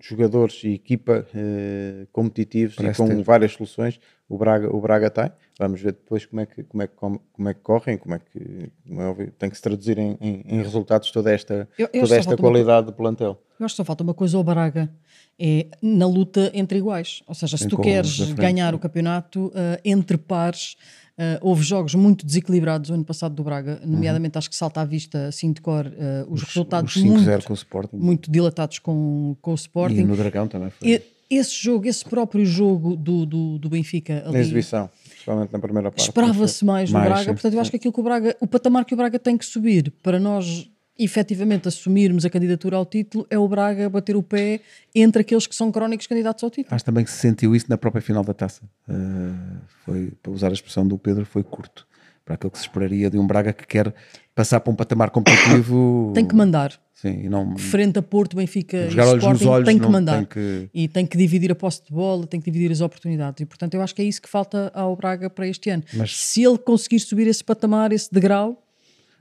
Speaker 4: jogadores e equipa eh, competitivos
Speaker 1: Parece
Speaker 4: e com
Speaker 1: ter.
Speaker 4: várias soluções. O Braga, o Braga tem. Vamos ver depois como é que, como é que, como, como é que correm, como é que como é óbvio, tem que se traduzir em, em- em resultados toda esta,
Speaker 2: Eu- eu
Speaker 4: toda
Speaker 2: só falta
Speaker 4: esta
Speaker 2: uma coisa.
Speaker 4: qualidade de plantel.
Speaker 2: Eu acho que só falta uma coisa ao Braga, é na luta entre iguais. Ou seja, se
Speaker 1: Sim,
Speaker 2: tu
Speaker 1: com os da
Speaker 2: queres
Speaker 1: frente,
Speaker 2: ganhar o campeonato ah, entre pares, ah, houve jogos muito desequilibrados o ano passado do Braga, nomeadamente acho que salta à vista, assim de cor, ah, os, resultados
Speaker 1: Uhum. Os 5-0
Speaker 2: muito,
Speaker 1: com o Sporting.
Speaker 2: muito dilatados com, com o
Speaker 1: E
Speaker 2: Sporting.
Speaker 1: no Dragão também foi.
Speaker 2: E- esse jogo, esse próprio jogo do, do, do Benfica
Speaker 4: Na
Speaker 2: ali,
Speaker 4: exibição, principalmente na primeira parte.
Speaker 2: esperava-se mais do
Speaker 1: Mais,
Speaker 2: Braga,
Speaker 1: sim.
Speaker 2: portanto eu acho que aquilo que o Braga, o patamar que o Braga tem que subir para nós efetivamente assumirmos a candidatura ao título é o Braga bater o pé entre aqueles que são crónicos candidatos ao título.
Speaker 1: Acho também que se sentiu isso na própria final da taça. Uh, foi, para usar a expressão do Pedro, foi curto. Para aquilo que se esperaria de um Braga que quer passar para um patamar competitivo.
Speaker 2: Tem que mandar.
Speaker 1: Sim, e não.
Speaker 2: Frente a Porto, Benfica e
Speaker 1: Jogar olhos nos
Speaker 2: Sporting,
Speaker 1: olhos,
Speaker 2: tem que
Speaker 1: não
Speaker 2: mandar.
Speaker 1: tem que-
Speaker 2: E tem que dividir a posse de bola, tem que dividir as oportunidades. E, portanto, eu acho que é isso que falta ao Braga para este ano.
Speaker 1: Mas-
Speaker 2: Se ele conseguir subir esse patamar, esse degrau,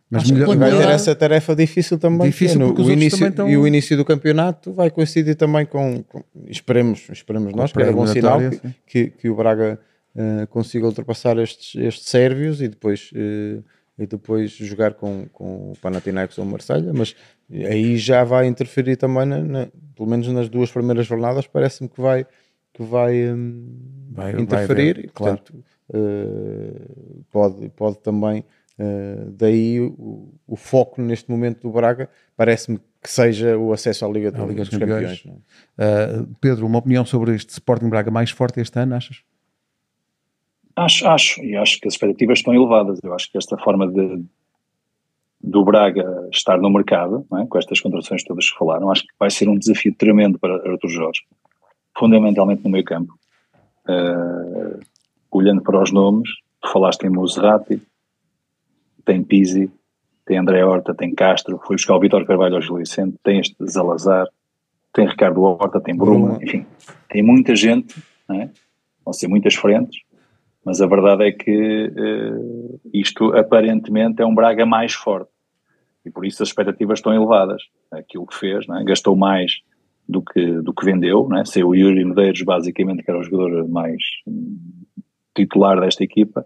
Speaker 1: Mas
Speaker 2: Acho que
Speaker 1: melhor-
Speaker 2: pela
Speaker 1: vai
Speaker 4: Vai ter
Speaker 2: melhorar-
Speaker 1: ter-
Speaker 4: essa tarefa difícil também.
Speaker 1: Difícil
Speaker 4: que é no-
Speaker 1: porque os
Speaker 4: o
Speaker 1: outros
Speaker 4: início,
Speaker 1: também estão-
Speaker 4: E o início do campeonato vai coincidir também com, com- esperemos, esperemos
Speaker 1: Com
Speaker 4: nós,
Speaker 1: a
Speaker 4: que era bom sinal
Speaker 1: pré-eliminatória,
Speaker 4: que,
Speaker 1: sim.
Speaker 4: que- que o Braga eh, consiga ultrapassar estes, estes sérvios e depois, eh, e depois jogar com, com o Panathinaikos ou o Marselha, mas aí já vai interferir também, na- na- pelo menos nas duas primeiras jornadas, parece-me que vai, que vai, hum,
Speaker 1: Vai- vai
Speaker 4: interferir
Speaker 1: haver,
Speaker 4: e, portanto, eh, pode, pode também. eh, daí o, o foco neste momento do Braga parece-me que seja o acesso à Liga,
Speaker 1: À Liga
Speaker 4: dos
Speaker 1: dos
Speaker 4: Campeões.
Speaker 1: Campeões.
Speaker 4: não é?
Speaker 1: Uh, Pedro, uma opinião sobre este Sporting Braga mais forte este ano, achas?
Speaker 3: Acho, acho, e acho que as expectativas estão elevadas. Eu acho que esta forma de do Braga estar no mercado, não é? com estas contratações todas que falaram, acho que vai ser um desafio tremendo para Artur Jorge, fundamentalmente no meio campo. Eh, olhando para os nomes, tu falaste em Muserati, tem Pizzi, tem André Horta, tem Castro, foi buscar o Vitor Carvalho ao Gil Vicente, tem este Zalazar, tem Ricardo Horta, tem Bruma,
Speaker 1: Bruma.
Speaker 3: enfim, tem muita gente, não é? vão ser muitas frentes, mas a verdade é que eh, isto aparentemente é um Braga mais forte e por isso as expectativas estão elevadas. Aquilo que fez, não é? gastou mais do que, do que vendeu, não é? saiu o Yuri Medeiros, basicamente, que era o jogador mais hum, titular desta equipa,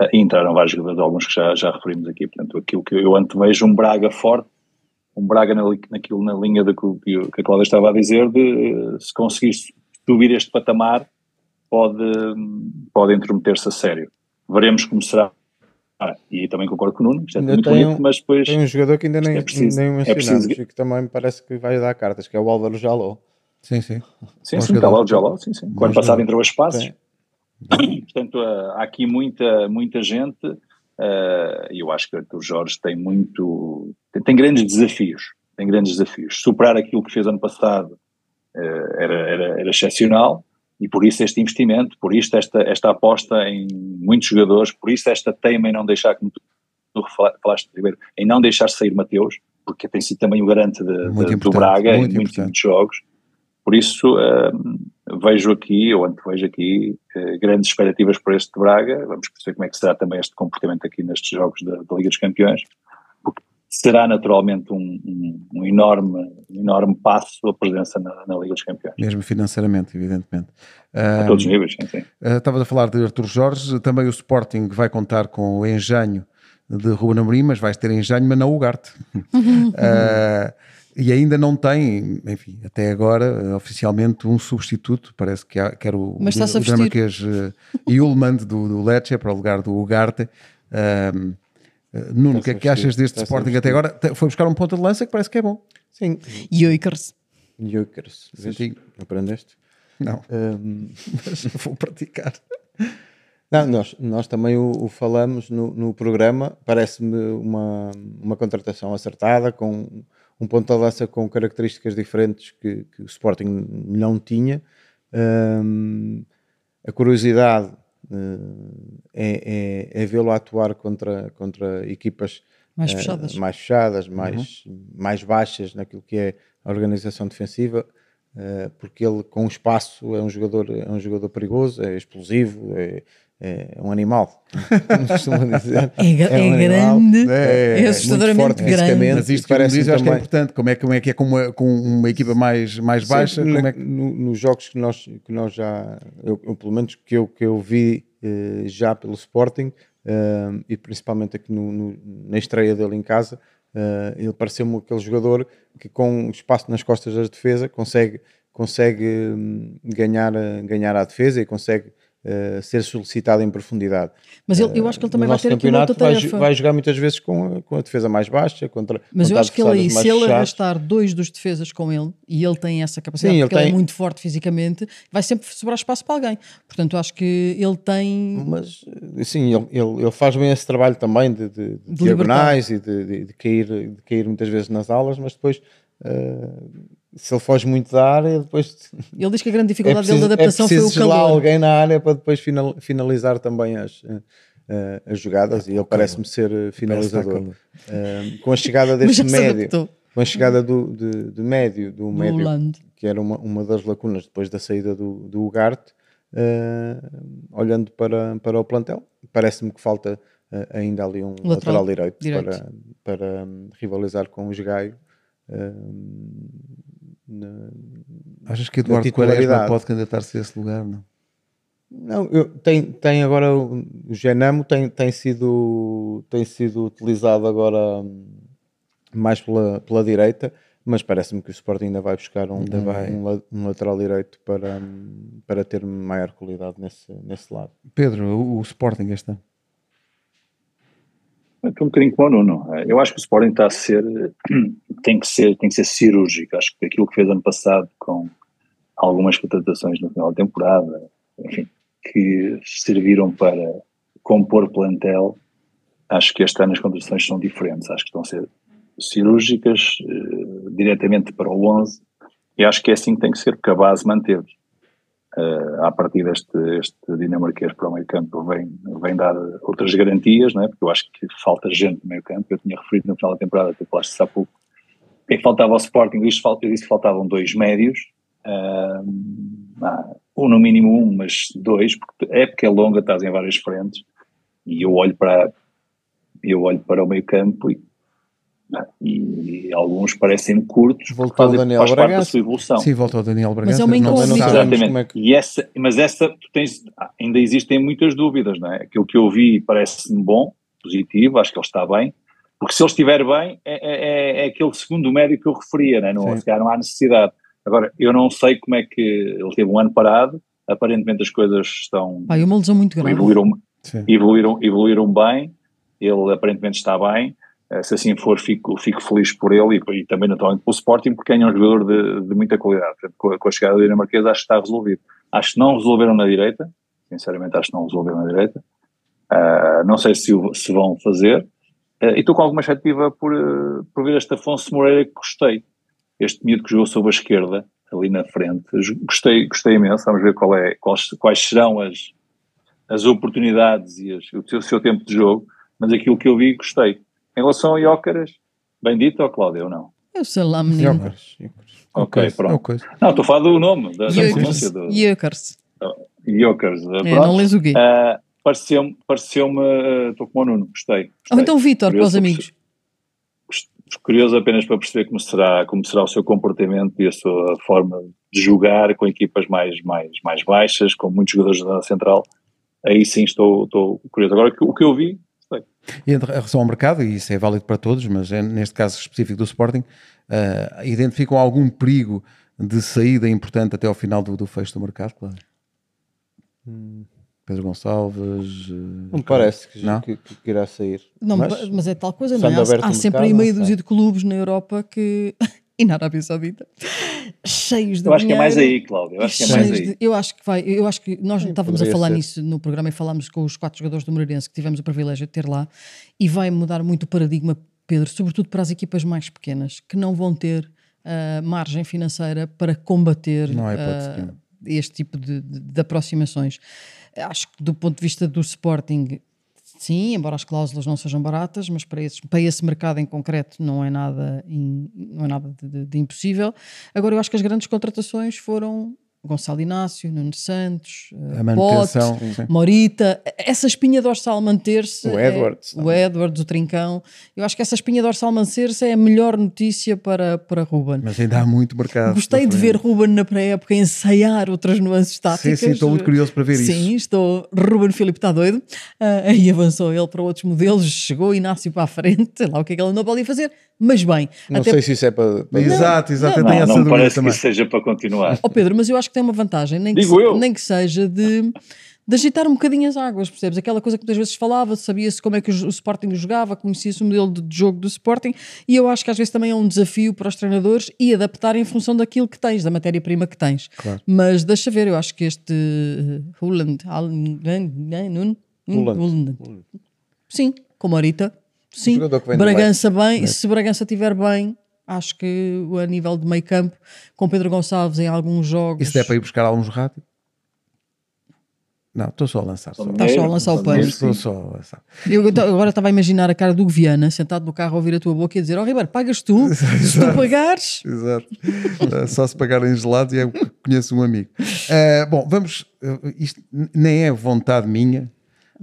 Speaker 3: eh, e entraram vários jogadores, alguns que já, já referimos aqui. Portanto, aquilo que eu antevejo, um Braga forte, um Braga na, li- naquilo na linha do que, o- que o- que a Cláudia estava a dizer, de eh, se conseguir subir este patamar, pode, hum, pode intrometer-se a sério. Veremos como será. Ah, e também concordo com o Nuno, isto é
Speaker 4: Ainda
Speaker 3: muito
Speaker 4: tem
Speaker 3: bonito,
Speaker 4: um-
Speaker 3: mas depois
Speaker 4: Tem um jogador que ainda nem,
Speaker 3: é preciso-
Speaker 4: nem
Speaker 3: é
Speaker 4: mencionamos
Speaker 3: preciso-
Speaker 4: e que também me parece que vai dar cartas, que é o Álvaro Jaló.
Speaker 1: Sim, sim.
Speaker 3: Sim,
Speaker 1: Bom
Speaker 3: sim, está
Speaker 1: jogador.
Speaker 3: lá o Jaló, sim, sim.
Speaker 1: Bom
Speaker 3: Quando passado
Speaker 1: jogador.
Speaker 3: entrou a espaços.
Speaker 4: Sim.
Speaker 3: Portanto, há há aqui muita, muita gente eh, e eu acho que o Artur Jorge tem muito... Tem, tem grandes desafios, tem grandes desafios. Superar aquilo que fez ano passado eh, era, era, era excepcional e por isso este investimento, por isto esta, esta aposta em muitos jogadores, por isso esta teima em não deixar, como tu, tu fala- falaste primeiro, em não deixar sair Mateus, porque tem sido também o garante de- de-
Speaker 1: Muito
Speaker 3: do
Speaker 1: importante,
Speaker 3: Braga em
Speaker 1: muito
Speaker 3: muitos,
Speaker 1: importante.
Speaker 3: muitos jogos. Por isso, hum, vejo aqui, ou antevejo aqui, eh, grandes expectativas para este Braga. Vamos perceber como é que será também este comportamento aqui nestes jogos da, da Liga dos Campeões. Porque será naturalmente um, um- um enorme, um enorme passo a presença na, na Liga dos Campeões.
Speaker 1: Mesmo financeiramente, evidentemente. É.
Speaker 4: Então-
Speaker 3: A todos os níveis, enfim.
Speaker 1: Uh, Estavas a falar de Artur Jorge, também o Sporting vai contar com o engenho de Ruben Amorim, mas vais ter engenho, mas não o Garte. Uh, e ainda não tem, enfim, até agora, uh, oficialmente, um substituto, parece que, há, que era o,
Speaker 2: Mas está-se a
Speaker 1: o
Speaker 2: vestir.
Speaker 1: dinamarquês uh, Yulmand do, do Lecce para o lugar do Ugarte. Um, uh, Nuno, o que é que
Speaker 4: Está-se a vestir,
Speaker 1: achas deste
Speaker 4: está-se a
Speaker 1: Sporting até
Speaker 4: vestir.
Speaker 1: agora? Te- Foi buscar um ponta de lança que parece que é bom.
Speaker 4: Sim,
Speaker 2: Jokers.
Speaker 4: Jokers.
Speaker 1: Senti-
Speaker 4: Aprendeste?
Speaker 1: Não,
Speaker 4: Hum,
Speaker 1: mas vou praticar.
Speaker 4: Não, nós, nós também o, o falamos no, no programa, parece-me uma, uma contratação acertada, com um ponto de lança com características diferentes que, que o Sporting não tinha. Hum, a curiosidade hum, é, é- é vê-lo atuar contra, contra equipas
Speaker 2: Mais
Speaker 4: eh,
Speaker 2: fechadas.
Speaker 4: mais, fechadas, mais,
Speaker 1: Uhum.
Speaker 4: mais baixas naquilo que é a organização defensiva, eh, porque ele com espaço é um jogador, é um jogador perigoso, é explosivo, é, é um animal. como costuma dizer.
Speaker 2: É, ga- é
Speaker 4: animal,
Speaker 2: grande,
Speaker 4: é-
Speaker 2: é,
Speaker 4: é muito
Speaker 2: assustadoramente
Speaker 4: forte
Speaker 2: grande.
Speaker 4: fisicamente.
Speaker 1: Mas isto que me
Speaker 4: Parece-me
Speaker 1: diz, eu acho que é
Speaker 4: também-
Speaker 1: importante. Como é, como é que é com uma, com uma equipa mais, mais baixa?
Speaker 4: Sempre
Speaker 1: Como
Speaker 4: na-
Speaker 1: é que...
Speaker 4: no- nos jogos que nós, que nós já, eu, eu, pelo menos que eu, que eu vi eh, já pelo Sporting, eh, e principalmente aqui no- no- na estreia dele em casa, eh, ele pareceu-me aquele jogador que com um espaço nas costas da eh, defesa consegue, consegue hum, ganhar, a- ganhar a defesa e consegue eh, ser solicitado em profundidade.
Speaker 2: Mas ele- eu acho que ele também
Speaker 4: Eh, no
Speaker 2: vai
Speaker 4: nosso
Speaker 2: ter aqui uma
Speaker 4: campeonato
Speaker 2: outra
Speaker 4: vai,
Speaker 2: tarefa.
Speaker 4: jo- vai jogar muitas vezes com, com a defesa mais baixa, contra
Speaker 2: Mas eu
Speaker 4: contra
Speaker 2: acho que ele aí,
Speaker 4: adversários mais
Speaker 2: se ele
Speaker 4: fechados.
Speaker 2: arrastar dois dos defesas com ele, e ele tem essa capacidade,
Speaker 4: Sim, ele
Speaker 2: porque ele é
Speaker 4: tem.
Speaker 2: muito forte fisicamente, vai sempre sobrar espaço para alguém. Portanto, eu acho que ele tem.
Speaker 4: mas eh, sim, ele, ele, ele faz bem esse trabalho também de, de- de
Speaker 2: De
Speaker 4: diagonais e de, de- de cair, de cair muitas vezes nas aulas, mas depois eh, se ele foge muito da área, depois
Speaker 2: Ele diz que a grande
Speaker 4: é
Speaker 2: dificuldade
Speaker 4: preciso,
Speaker 2: dele da adaptação
Speaker 4: é preciso
Speaker 2: foi o
Speaker 4: gelar
Speaker 2: calor.
Speaker 4: alguém na área para depois final- finalizar também as, eh, eh, as jogadas e ele parece-me ser eh, finalizador. Eh, com a chegada
Speaker 2: Mas
Speaker 4: deste
Speaker 2: já se
Speaker 4: médio,
Speaker 2: adaptou.
Speaker 4: com a chegada do, de, de médio, do
Speaker 2: Do
Speaker 4: médio
Speaker 2: Holanda.
Speaker 4: que era uma, uma das lacunas depois da saída do, do Ugarte, eh, olhando para, para o plantel, parece-me que falta eh, ainda ali um
Speaker 2: Lateral
Speaker 4: lateral, direito,
Speaker 2: direito.
Speaker 4: para, para hum, rivalizar com o Gaio. hum, na-
Speaker 1: Achas que Eduardo Quaresma
Speaker 4: titularidade.
Speaker 1: pode candidatar-se a esse lugar? Não.
Speaker 4: Não, eu, tem, tem agora o o Genamo tem, tem, sido, tem sido utilizado agora hum, mais pela, pela direita, mas parece-me que o Sporting ainda vai buscar um,
Speaker 1: Ainda
Speaker 4: um-
Speaker 1: vai.
Speaker 4: um la- um lateral direito para, hum, para ter maior qualidade nesse, nesse lado.
Speaker 1: Pedro, o, o Sporting este ano.
Speaker 3: Estou um bocadinho como o Nuno. Eu acho que o Sporting está a ser, tem que ser, tem que ser cirúrgico. Acho que aquilo que fez ano passado com algumas contratações no final da temporada, enfim, que serviram para compor plantel, acho que este ano as contratações são diferentes. Acho que estão a ser cirúrgicas, eh, diretamente para o 11, e acho que é assim que tem que ser, porque a base manteve. a partir deste este dinamarquês para o meio campo vem, vem dar outras garantias, não é? porque eu acho que falta gente no meio campo, eu tinha referido no final da temporada, tu falaste isso há pouco, o que é que faltava ao Sporting? Eu disse, fal- eu disse que faltavam dois médios, ah, ah, um no mínimo um, mas dois, porque a época é longa, estás em várias frentes, e eu olho para, eu olho para o meio campo e, ah, e alguns parecem curtos, porque
Speaker 4: Voltou o
Speaker 3: fazem-
Speaker 4: Daniel
Speaker 3: faz parte da
Speaker 4: Bragança.
Speaker 3: sua evolução.
Speaker 1: Sim, volta ao Daniel
Speaker 2: Mas
Speaker 1: Bragança.
Speaker 2: é uma
Speaker 1: não se
Speaker 2: incógnita.
Speaker 1: sabe.
Speaker 4: sabemos
Speaker 3: Exatamente.
Speaker 4: como é que-
Speaker 3: E essa, mas essa, tu tens, ah, ainda existem muitas dúvidas, não é? Aquilo que eu vi parece-me bom, positivo, acho que ele está bem, porque se ele estiver bem, é, é- é aquele segundo médio que eu referia, não é? Não,
Speaker 1: Sim.
Speaker 3: se calhar não há necessidade. Agora, eu não sei como é que ele teve um ano parado, aparentemente as coisas estão
Speaker 2: Pá, e uma lesão muito grave.
Speaker 3: evoluíram,
Speaker 1: Sim.
Speaker 3: evoluíram, evoluíram bem, ele aparentemente está bem, eh, se assim for fico, fico feliz por ele e, e também naturalmente pelo Sporting porque é um jogador de, de muita qualidade, Portanto, com a, com a chegada do dinamarquês acho que está resolvido, acho que não resolveram na direita, sinceramente acho que não resolveram na direita, Ah, não sei se, o- se vão fazer, Eh, e estou com alguma expectativa por, eh, por ver este Afonso Moreira que gostei, este miúdo que jogou sobre a esquerda, ali na frente, Jo- gostei, gostei imenso, vamos ver qual é, quais, quais serão as, as oportunidades e as- o, seu, o seu tempo de jogo, mas aquilo que eu vi gostei. Em relação a Iócaras, bendito ou Cláudio, ou não?
Speaker 2: Eu sei lá, menino.
Speaker 4: Mas,
Speaker 3: Ok,
Speaker 1: É o
Speaker 3: pronto.
Speaker 1: coisa.
Speaker 3: Não, estou a falar do nome, da, da pronúncia do
Speaker 2: E Eukers.
Speaker 3: Iócaras. eh,
Speaker 2: É,
Speaker 3: pronto.
Speaker 2: não lês o quê?
Speaker 3: Ah, Pareceu-me, pareceu-me, eh, estou com o Nuno, gostei.
Speaker 2: Ou
Speaker 3: gostei.
Speaker 2: então Vítor, para os
Speaker 3: curioso,
Speaker 2: amigos.
Speaker 3: Curioso apenas para perceber como será, como será o seu comportamento e a sua forma de jogar com equipas mais, mais, mais baixas, com muitos jogadores da zona central. Aí sim estou, estou curioso. Agora, o que- o que eu vi,
Speaker 1: E em relação ao mercado, e isso é válido para todos, mas é neste caso específico do Sporting, ah, identificam algum perigo de saída importante até ao final do, do fecho do mercado, claro.
Speaker 4: Hum.
Speaker 1: Pedro Gonçalves. eh,
Speaker 4: não parece que,
Speaker 1: Não?
Speaker 4: que, que irá sair.
Speaker 2: Não,
Speaker 4: mas,
Speaker 2: mas, é tal coisa, não
Speaker 4: sendo
Speaker 2: é? Há-
Speaker 4: aberto
Speaker 2: Há,
Speaker 4: o
Speaker 2: sempre
Speaker 4: mercado,
Speaker 2: aí meia
Speaker 4: não
Speaker 2: dúzia
Speaker 4: sei.
Speaker 2: de clubes na Europa que. e na Arábia Saudita. cheios de
Speaker 3: eu acho que é mais
Speaker 2: dinheiro.
Speaker 3: aí, Cláudio. Eu acho que é mais
Speaker 2: Cheios
Speaker 3: aí.
Speaker 2: de- eu acho que vai, eu acho que nós
Speaker 4: Sim,
Speaker 2: estávamos a
Speaker 4: poderia
Speaker 2: falar
Speaker 4: ser.
Speaker 2: nisso no programa e falámos com os quatro jogadores do Moreirense que tivemos o privilégio de ter lá e vai mudar muito o paradigma, Pedro, sobretudo para as equipas mais pequenas que não vão ter ah, margem financeira para combater
Speaker 1: Não é, há hipótese
Speaker 2: ah,
Speaker 1: nenhuma.
Speaker 2: este tipo de, de- de aproximações. Acho que do ponto de vista do Sporting, sim, embora as cláusulas não sejam baratas, mas para esse, para esse mercado em concreto não é nada, in- não é nada de, de- de impossível. Agora, eu acho que as grandes contratações foram Gonçalo Inácio, Nuno Santos, eh,
Speaker 1: A manutenção.
Speaker 2: Pote,
Speaker 1: sim.
Speaker 2: Morita, essa espinha dorsal manter-se.
Speaker 4: O
Speaker 2: é-
Speaker 4: Edwards.
Speaker 2: o Edwards, o Trincão. Eu acho que essa espinha dorsal manter-se é a melhor notícia para, para Ruben.
Speaker 1: Mas ainda há muito mercado.
Speaker 2: Gostei
Speaker 1: pela
Speaker 2: de ver
Speaker 1: frente.
Speaker 2: Ruben na pré-época ensaiar outras nuances táticas.
Speaker 1: Sim, sim, estou muito curioso para ver isso.
Speaker 2: Sim, estou. Ruben Filipe está doido. Ah, aí avançou ele para outros modelos, chegou Inácio para a frente, sei lá o que é que ele andou para ali fazer, mas bem.
Speaker 4: Não
Speaker 2: até
Speaker 4: sei se isso é para. para-
Speaker 1: Exato, exato, eu tenho
Speaker 3: Não,
Speaker 1: essa
Speaker 3: não
Speaker 1: dúvida
Speaker 3: parece
Speaker 1: também.
Speaker 3: que seja para continuar.
Speaker 2: Ó Pedro, mas eu acho tem uma vantagem, nem,
Speaker 3: Digo
Speaker 2: que, se-
Speaker 3: eu.
Speaker 2: nem que seja de, de agitar um bocadinho as águas, percebes? Aquela coisa que muitas vezes falava, sabia-se como é que o, o Sporting jogava, conhecia-se o modelo de de jogo do Sporting, e eu acho que às vezes também é um desafio para os treinadores e adaptar em função daquilo que tens, da matéria-prima que tens. Mas deixa ver, eu acho que este eh, Holland, um
Speaker 4: Haaland.
Speaker 2: sim, com Morita,
Speaker 1: Um
Speaker 2: sim,
Speaker 4: jogador que vem do
Speaker 2: Bragança
Speaker 1: né?
Speaker 2: bem, se Bragança estiver bem, acho que a nível de meio campo, com Pedro Gonçalves em alguns jogos,
Speaker 3: é
Speaker 1: Isso der é para ir buscar alguns rádio? Não, estou só a lançar. Só.
Speaker 2: Estás só a lançar o pano.
Speaker 1: Estou só a lançar.
Speaker 2: Eu então, agora estava a imaginar a cara do Viana sentado no carro a ouvir a tua boca e a dizer: Ó Ribeiro, pagas tu? Se tu pagares.
Speaker 1: Exato. Eh, Só se pagarem gelados e eu conheço um amigo. Eh, bom, vamos. eh, Isto n- nem é vontade minha,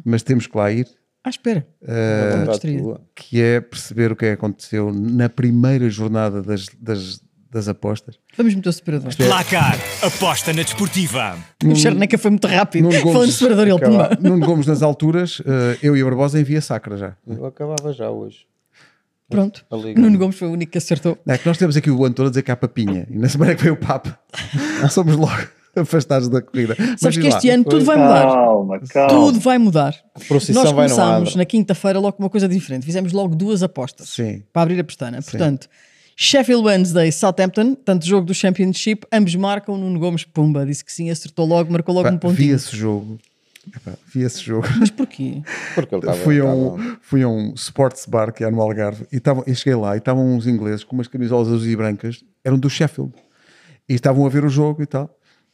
Speaker 1: mas temos que lá ir,
Speaker 2: Ah, espera.
Speaker 1: Eh,
Speaker 2: Vou
Speaker 4: Vontade
Speaker 2: distraída.
Speaker 4: tua.
Speaker 1: que é perceber o que é que aconteceu na primeira jornada das, das, das apostas.
Speaker 2: Vamos meter o separador.
Speaker 1: é-
Speaker 6: Placar, aposta na desportiva.
Speaker 2: O Charneca foi muito rápido.
Speaker 1: Nuno Gomes-
Speaker 2: Falando de separador, ele
Speaker 1: Acaba-
Speaker 2: pumba.
Speaker 1: Nuno Gomes, nas alturas, eh, eu e a Barbosa em via sacra já.
Speaker 4: Eu acabava já hoje.
Speaker 2: Pronto.
Speaker 4: A liga.
Speaker 2: Nuno Gomes foi o único que acertou.
Speaker 1: É que nós temos aqui o Antônio a dizer que há papinha, e na semana que vem o Papa, somos logo afastados da corrida. Mas
Speaker 2: Sabes
Speaker 1: diz
Speaker 2: que este
Speaker 1: lá.
Speaker 2: ano tudo vai mudar.
Speaker 3: Calma, calma.
Speaker 1: Oh.
Speaker 2: Tudo vai mudar.
Speaker 4: Procissão
Speaker 2: Nós
Speaker 4: vai no
Speaker 2: começámos
Speaker 4: Adra.
Speaker 2: na quinta-feira logo com uma coisa diferente. Fizemos logo duas apostas.
Speaker 1: Sim.
Speaker 2: para abrir a pestana. Portanto, Sheffield Wednesday, Southampton, tanto jogo do Championship, ambos marcam. Nuno Gomes, pumba, disse que sim, acertou logo, marcou logo
Speaker 1: Pá,
Speaker 2: um
Speaker 1: vi
Speaker 2: pontinho.
Speaker 1: esse jogo. Epá, vi esse jogo.
Speaker 2: Mas porquê?
Speaker 4: Porque
Speaker 2: Tá
Speaker 4: ele estava.
Speaker 1: fui, a
Speaker 4: estava-
Speaker 1: um, fui a um sports bar que é no Algarve e, estavam- e cheguei lá e estavam uns ingleses com umas camisolas azuis e brancas, eram do Sheffield e estavam a ver o jogo e tal.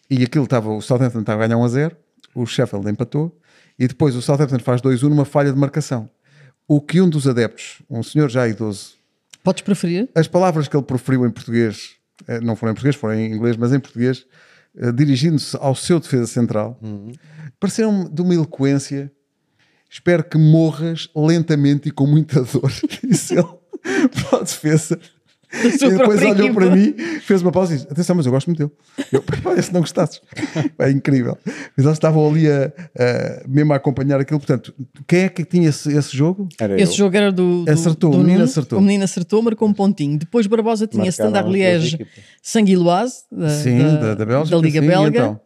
Speaker 1: E aquilo estava, o Southampton estava a ganhar 1 a 0, o Sheffield empatou e depois o Southampton faz 2-1 numa falha de marcação. O que um dos adeptos, um senhor já idoso,
Speaker 2: Podes preferir?
Speaker 1: as palavras que ele proferiu em português, eh, não foram em português, foram em inglês, mas em português, eh, dirigindo-se ao seu defesa central, pareceram-me de uma eloquência. Espero que morras lentamente e com muita dor, disse ele para a defesa.
Speaker 2: Da
Speaker 1: E
Speaker 2: sua
Speaker 1: depois
Speaker 2: própria
Speaker 1: olhou
Speaker 2: equipa.
Speaker 1: para mim, fez uma pausa e disse: Atenção, mas eu gosto muito dele. Eu, olha, se não gostasses. É incrível. Mas eles estavam ali a, a- mesmo a acompanhar aquilo. Portanto, quem é que tinha esse, esse jogo?
Speaker 4: Era eu.
Speaker 2: Esse jogo era do, do-
Speaker 1: Acertou,
Speaker 2: do
Speaker 1: o menino
Speaker 2: Nuno.
Speaker 1: acertou.
Speaker 2: O menino acertou, marcou um pontinho. Depois Barbosa tinha
Speaker 4: Marcaram
Speaker 2: Standard
Speaker 4: as duas
Speaker 2: Liège,
Speaker 4: equipas.
Speaker 2: Sanguiloise, da,
Speaker 1: Sim, da, da Bélgica.
Speaker 2: Liga
Speaker 1: sim, e
Speaker 2: Belga.
Speaker 1: então,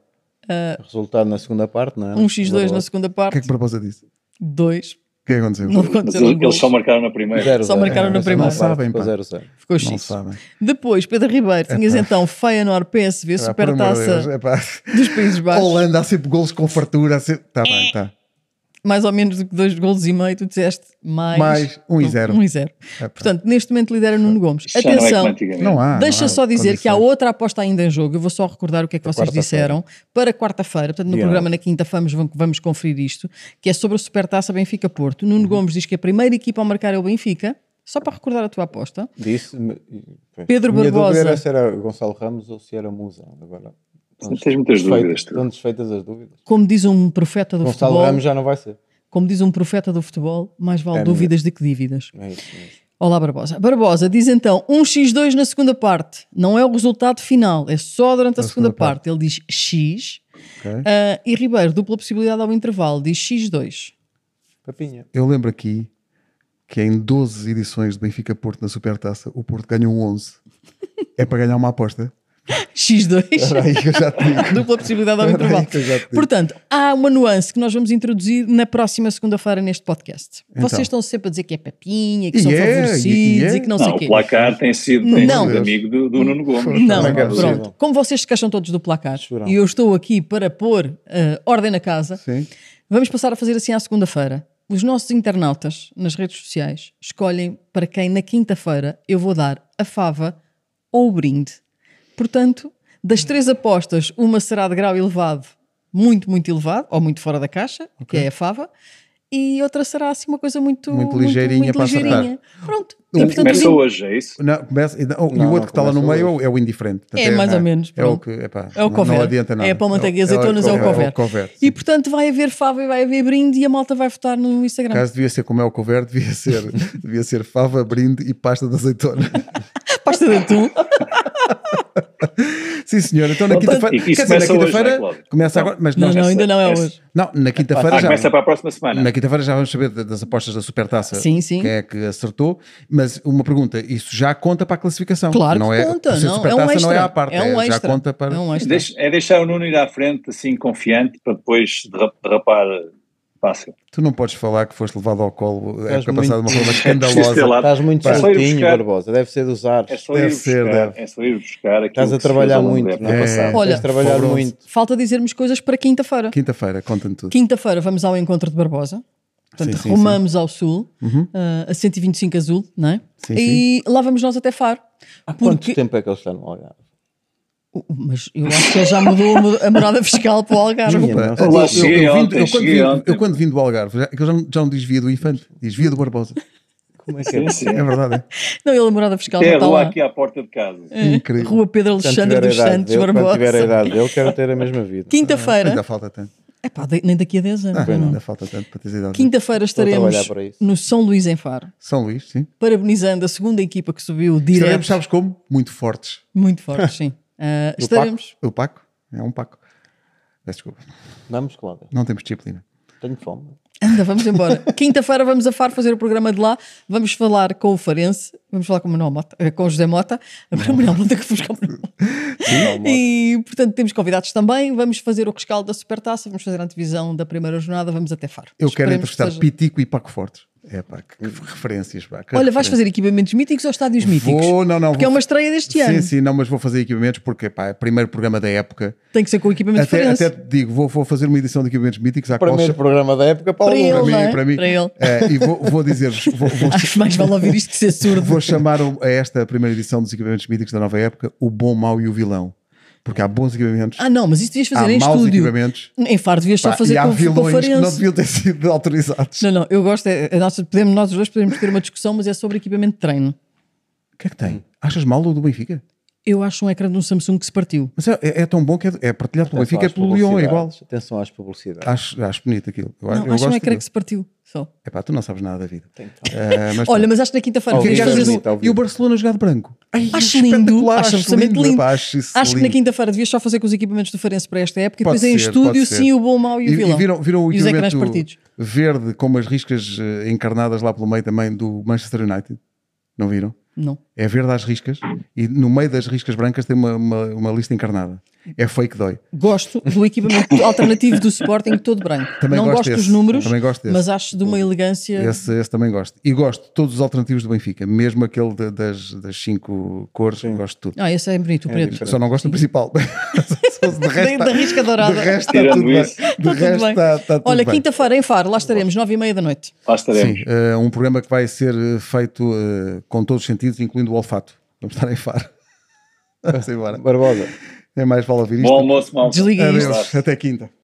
Speaker 4: Resultado na segunda parte, não é?
Speaker 2: um x2 na segunda
Speaker 1: o que
Speaker 2: parte,
Speaker 1: é que proposta disse? O
Speaker 2: dois.
Speaker 1: que é que aconteceu?
Speaker 2: Não
Speaker 3: Mas
Speaker 2: aconteceu
Speaker 3: eles eles só
Speaker 2: gols.
Speaker 3: marcaram na primeira.
Speaker 2: Só marcaram na primeira.
Speaker 1: Não sabem, pá.
Speaker 4: 0 0
Speaker 2: Ficou
Speaker 1: Não
Speaker 2: X.
Speaker 1: sabem.
Speaker 2: Depois, Pedro Ribeiro, tinhas então Feyenoord, PSV,
Speaker 1: Ah, por amor de Deus,
Speaker 2: Supertaça
Speaker 1: é pá.
Speaker 2: dos Países Baixos.
Speaker 1: Holanda, há sempre golos com fartura. há sempre- Tá bem, tá.
Speaker 2: mais ou menos do que dois golos e meio, tu disseste mais,
Speaker 1: Mais um e zero.
Speaker 2: Um e zero.
Speaker 1: Epá.
Speaker 2: Portanto, neste momento lidera Nuno Gomes.
Speaker 3: Já não é
Speaker 2: Atenção,
Speaker 3: como antigamente.
Speaker 1: Ah, Não há.
Speaker 2: deixa
Speaker 1: não há
Speaker 2: só dizer que há
Speaker 1: condições.
Speaker 2: outra aposta ainda em jogo. Eu vou só recordar o que é que vocês
Speaker 4: quarta-feira.
Speaker 2: disseram para quarta-feira. Portanto, no
Speaker 4: Dia
Speaker 2: programa na quinta vamos, vamos conferir isto, que é sobre a Supertaça Benfica-Porto.
Speaker 1: Uhum.
Speaker 2: Nuno Gomes diz que a primeira equipa a marcar é o Benfica. Só para recordar a tua aposta.
Speaker 4: Disse. pois.
Speaker 2: Pedro
Speaker 4: Minha
Speaker 2: Barbosa.
Speaker 4: dúvida era se era Gonçalo Ramos ou se era Musa. Agora. estão
Speaker 3: Tens muitas
Speaker 4: desfeitas-
Speaker 3: dúvidas, tu.
Speaker 4: Estão desfeitas as dúvidas.
Speaker 2: Como diz um profeta do
Speaker 4: Gonçalo
Speaker 2: futebol,
Speaker 4: Ramos já não vai ser.
Speaker 2: como diz um profeta do futebol, mais vale
Speaker 4: É,
Speaker 2: dúvidas do que dívidas.
Speaker 4: É isso mesmo.
Speaker 2: Olá, Barbosa. Barbosa diz então 1x2 na segunda parte. Não é o resultado final, é só durante a segunda, parte. Ele diz X. Ah, e Ribeiro, dupla possibilidade ao intervalo, diz X2.
Speaker 4: Papinha.
Speaker 1: Eu lembro aqui que em 12 edições de Benfica Porto na Supertaça, o Porto ganhou um 11. É para ganhar uma aposta. Espera
Speaker 2: X2.
Speaker 1: aí que eu já te digo.
Speaker 2: dupla possibilidade ao intervalo.
Speaker 1: que eu já te digo.
Speaker 2: Portanto, há uma nuance que nós vamos introduzir na próxima segunda-feira neste podcast.
Speaker 1: Então.
Speaker 2: Vocês estão sempre a dizer que é papinha, que
Speaker 1: E
Speaker 2: são
Speaker 1: é, e- e
Speaker 2: favorecidos
Speaker 1: é.
Speaker 2: e que não, sei
Speaker 3: Não,
Speaker 2: o
Speaker 3: o
Speaker 2: quê.
Speaker 3: placar tem sido, tem
Speaker 2: Não.
Speaker 3: sido amigo do, do Nuno Gomes.
Speaker 2: Não,
Speaker 4: Como é que é possível?
Speaker 2: pronto. Como vocês se queixam todos do placar,
Speaker 4: Chorão.
Speaker 2: e eu estou aqui para pôr ah, ordem na casa,
Speaker 1: Sim.
Speaker 2: vamos passar a fazer assim à segunda-feira. Os nossos internautas nas redes sociais escolhem para quem na quinta-feira eu vou dar a fava ou o brinde. Portanto, das três apostas, uma será de grau elevado, muito, muito elevado, ou muito fora da caixa, que é a fava, e outra será assim uma coisa muito,
Speaker 1: Muito ligeirinha
Speaker 2: muito,
Speaker 1: para acertar.
Speaker 2: ligeirinha. Pronto. E,
Speaker 3: Portanto,
Speaker 2: portanto, assim, o
Speaker 3: começa
Speaker 2: brinde-
Speaker 3: hoje, é isso?
Speaker 1: Não, começa, e, não, e
Speaker 4: Não,
Speaker 1: o outro
Speaker 4: não
Speaker 1: que está lá no
Speaker 4: começa
Speaker 1: meio é o- é o indiferente. Portanto,
Speaker 2: É, mais
Speaker 1: não
Speaker 2: ou menos,
Speaker 1: É o
Speaker 2: pronto.
Speaker 1: que, epá,
Speaker 2: É o
Speaker 1: não-
Speaker 2: cover.
Speaker 1: Não adianta nada.
Speaker 2: É pão, manteiga e
Speaker 1: É o-
Speaker 2: azeitonas, é o cover.
Speaker 1: sim.
Speaker 2: E portanto vai haver fava e vai haver brinde e a malta vai votar no Instagram.
Speaker 1: caso devia ser como é o cover, devia ser, devia ser fava, brinde e pasta de azeitona.
Speaker 2: Pasta de atum.
Speaker 1: Sim, senhor. Então na quinta-feira.
Speaker 3: Isso
Speaker 1: Quer dizer, na
Speaker 3: começa hoje, não é,
Speaker 1: quinta-feira.
Speaker 3: Cláudio?
Speaker 1: Começa agora. Mas
Speaker 2: Não,
Speaker 1: nós-
Speaker 2: não, ainda não é hoje.
Speaker 1: Não, na quinta-feira
Speaker 3: Ah,
Speaker 1: já.
Speaker 3: começa para a próxima semana.
Speaker 1: Na quinta-feira já vamos saber da- das apostas da Supertaça.
Speaker 2: Sim, sim.
Speaker 1: Quem é que acertou? Mas uma pergunta: isso já conta para a classificação?
Speaker 2: Claro
Speaker 1: não
Speaker 2: que
Speaker 1: é,
Speaker 2: conta,
Speaker 1: por ser
Speaker 2: não, é um
Speaker 1: Supertaça não é
Speaker 2: extra,
Speaker 1: à parte.
Speaker 2: é um
Speaker 1: já
Speaker 2: extra,
Speaker 1: conta para.
Speaker 2: É um extra.
Speaker 3: Deixa- é deixar o Nuno ir à frente, assim, confiante, para depois derra- derrapar eh, fácil.
Speaker 1: Tu não podes falar que foste levado ao colo a época
Speaker 4: muito-
Speaker 1: passada de uma forma
Speaker 3: Preciso ter
Speaker 1: escandalosa.
Speaker 3: lá-
Speaker 4: Estás muito
Speaker 3: Pá. Só
Speaker 4: soltinho,
Speaker 3: ir buscar.
Speaker 4: Barbosa. Deve ser dos
Speaker 3: É
Speaker 4: ares.
Speaker 3: só ir
Speaker 1: Deve ser,
Speaker 3: buscar,
Speaker 1: deve.
Speaker 3: é só ir buscar aquilo
Speaker 4: Estás a
Speaker 3: que se fez
Speaker 4: trabalhar
Speaker 3: ao longo
Speaker 4: muito,
Speaker 3: da
Speaker 4: não
Speaker 3: época
Speaker 1: é?
Speaker 3: passada.
Speaker 2: Olha,
Speaker 4: Tens trabalhado
Speaker 1: Fobronze.
Speaker 4: muito.
Speaker 2: Falta dizermos coisas para quinta-feira.
Speaker 1: Quinta-feira, conta-me tudo.
Speaker 2: Quinta-feira vamos ao encontro de Barbosa. Portanto,
Speaker 1: Sim, sim,
Speaker 2: rumamos ao sul, ah, a 125 azul, não é?
Speaker 1: Sim,
Speaker 2: e lá vamos nós até Faro. ah,
Speaker 4: Quanto tempo é que ele está no Algarve?
Speaker 2: Uh, Mas eu acho que ele já mudou a mo- a morada fiscal para o Algarve.
Speaker 1: Desculpa,
Speaker 4: Olá,
Speaker 1: eu- eu-
Speaker 3: cheguei
Speaker 1: eu vim-
Speaker 3: ontem,
Speaker 1: eu quando
Speaker 3: cheguei
Speaker 1: vim-
Speaker 3: ontem.
Speaker 1: eu quando vim do Algarve, já, que eu já, não- já não desvia do infante, desvia do Barbosa.
Speaker 4: Como é que
Speaker 3: Sim,
Speaker 4: é?
Speaker 3: sim.
Speaker 1: É verdade, é?
Speaker 2: Não, ele a morada fiscal
Speaker 3: Tem
Speaker 2: já
Speaker 3: a
Speaker 2: está
Speaker 3: rua
Speaker 2: lá. É,
Speaker 3: aqui à porta de casa.
Speaker 1: Incrível.
Speaker 2: Rua Pedro
Speaker 4: Quando
Speaker 2: Alexandre
Speaker 4: tiver a
Speaker 2: dos
Speaker 4: idade
Speaker 2: Santos,
Speaker 4: dele, Quando tiver a
Speaker 2: Barbosa.
Speaker 4: idade dele, quero ter a mesma vida.
Speaker 2: Quinta-feira.
Speaker 1: Ainda falta tanto.
Speaker 2: Epá, de- nem daqui a 10 anos.
Speaker 1: Ah,
Speaker 2: não.
Speaker 1: ainda falta tanto para teres idade.
Speaker 2: Quinta-feira estaremos
Speaker 4: trabalhar para isso.
Speaker 2: no São Luís em Faro,
Speaker 1: São Luís, sim.
Speaker 2: parabenizando a segunda equipa que subiu
Speaker 1: Estaremos,
Speaker 2: direto.
Speaker 1: sabes como? Muito fortes.
Speaker 2: Muito forte, sim.
Speaker 1: O
Speaker 2: Ah,
Speaker 1: Paco,
Speaker 2: estaremos.
Speaker 1: o Paco, é um Paco. Peço desculpa,
Speaker 4: Vamos, Cláudio.
Speaker 1: não temos disciplina.
Speaker 4: Tenho fome.
Speaker 2: Anda, vamos embora. Quinta-feira vamos a Faro fazer o programa de lá. Vamos falar com o Farense, vamos falar com o, Manuel Mota, eh, com o José Mota. Agora o Manuel Mota que fomos com o Manuel Mota. E, portanto, temos convidados também. Vamos fazer o rescaldo da Supertaça, vamos fazer a antevisão da primeira jornada, vamos até Faro.
Speaker 1: Eu quero
Speaker 2: Esperemos que
Speaker 1: entrevistar
Speaker 2: seja- Hum.
Speaker 1: Pitico e Paco Fortes. É pá, que, que referências, pá. que
Speaker 2: Olha, vais
Speaker 1: referências.
Speaker 2: fazer equipamentos míticos ou estádios míticos?
Speaker 1: Vou, não, não.
Speaker 2: Porque é
Speaker 1: vou-
Speaker 2: uma estreia deste ano.
Speaker 1: Sim, sim, não, mas vou fazer equipamentos porque, pá, é o primeiro programa da época.
Speaker 2: Tem que ser com o equipamento
Speaker 1: Até,
Speaker 2: Farense.
Speaker 1: até te digo, vou, vou fazer uma edição de equipamentos míticos à
Speaker 4: Primeiro
Speaker 1: costa.
Speaker 4: programa da época, Paulo.
Speaker 2: Para ele,
Speaker 1: Para mim,
Speaker 2: não é?
Speaker 1: para mim.
Speaker 2: Para ele.
Speaker 1: Eh, e vou, vou dizer-vos, vou, vou,
Speaker 2: Acho que mais vale ouvir isto que ser surdo.
Speaker 1: vou chamar o- a esta primeira edição dos equipamentos míticos da nova época o bom, mau e o vilão. Porque há bons equipamentos,
Speaker 2: Ah, não, mas isso devias fazer
Speaker 1: há
Speaker 2: em
Speaker 1: maus
Speaker 2: estúdio.
Speaker 1: equipamentos
Speaker 2: Em Faro devias só
Speaker 1: pá,
Speaker 2: fazer
Speaker 1: e há
Speaker 2: com, com o
Speaker 1: vilões que não
Speaker 2: Farense.
Speaker 1: deviam ter sido autorizados.
Speaker 2: Não, não, eu gosto, é, a nossa, podemos, nós os dois podemos ter uma discussão, mas é sobre equipamento de treino.
Speaker 1: O que é que tem? Achas mal o do Benfica?
Speaker 2: Eu acho um ecrã de um Samsung que se partiu.
Speaker 1: Mas é, é- é tão bom que é, é partilhado pelo Benfica, é
Speaker 4: às
Speaker 1: pelo Lyon, é igual.
Speaker 4: publicidades. Atenção às publicidades.
Speaker 1: Acho, acho bonito aquilo. Eu,
Speaker 2: Não,
Speaker 1: eu
Speaker 2: acho um
Speaker 1: gosto
Speaker 2: ecrã
Speaker 1: daquilo.
Speaker 2: que se partiu. Só.
Speaker 1: Epá, tu não sabes nada da vida.
Speaker 4: Então.
Speaker 1: Eh, mas
Speaker 2: Olha,
Speaker 1: pronto.
Speaker 2: mas acho que na quinta-feira
Speaker 1: O que é que
Speaker 2: devias
Speaker 4: Ao
Speaker 1: achas
Speaker 2: fazer
Speaker 4: vivo.
Speaker 2: um.
Speaker 1: do- E o Barcelona jogado branco? Ai,
Speaker 2: Acho lindo,
Speaker 1: espetacular,
Speaker 2: acho absolutamente lindo.
Speaker 1: epá, acho isso
Speaker 2: Acho que na
Speaker 1: lindo.
Speaker 2: quinta-feira devias só fazer com os equipamentos do Farense para esta época e
Speaker 1: Pode
Speaker 2: depois em
Speaker 1: ser,
Speaker 2: estúdio,
Speaker 1: pode ser.
Speaker 2: sim, o bom, o mau e o vilão.
Speaker 1: viram, viram o
Speaker 2: E os ecrãs
Speaker 1: equipamento
Speaker 2: partidos.
Speaker 1: verde com umas riscas eh, encarnadas lá pelo meio também do Manchester United? Não viram?
Speaker 2: Não.
Speaker 1: É verde às riscas e no meio das riscas brancas tem uma, uma, uma lista encarnada. É fake dói.
Speaker 2: Gosto do equipamento alternativo do Sporting todo branco.
Speaker 1: Também
Speaker 2: não
Speaker 1: gosto
Speaker 2: gosto dos
Speaker 1: desse.
Speaker 2: números,
Speaker 1: Também gosto desse.
Speaker 2: mas acho de uma elegância.
Speaker 1: Esse, esse também gosto. E gosto de todos os alternativos do Benfica, mesmo aquele de- das, das cinco cores, gosto de tudo.
Speaker 2: Ah, esse é bonito, o preto.
Speaker 1: Só não gosto do principal. de resto, tá-
Speaker 2: Da- da risca dourada.
Speaker 1: De resto está
Speaker 3: Tirando
Speaker 1: tudo bem.
Speaker 3: isso.
Speaker 1: De
Speaker 2: Está tudo
Speaker 1: resto
Speaker 2: bem.
Speaker 1: está- está tudo
Speaker 2: Olha,
Speaker 1: bem.
Speaker 2: quinta-feira em Faro, lá estaremos, nove e meia da noite.
Speaker 3: Lá
Speaker 1: Sim,
Speaker 3: estaremos.
Speaker 1: eh, um programa que vai ser eh, feito eh, com todos os sentidos, incluindo o olfato. Vamos estar em faro. Vamos embora.
Speaker 4: Barbosa.
Speaker 1: É mais vale ouvir
Speaker 3: Bom
Speaker 1: isto.
Speaker 3: almoço, mal.
Speaker 2: Desliga isto.
Speaker 1: Adeus. Até quinta.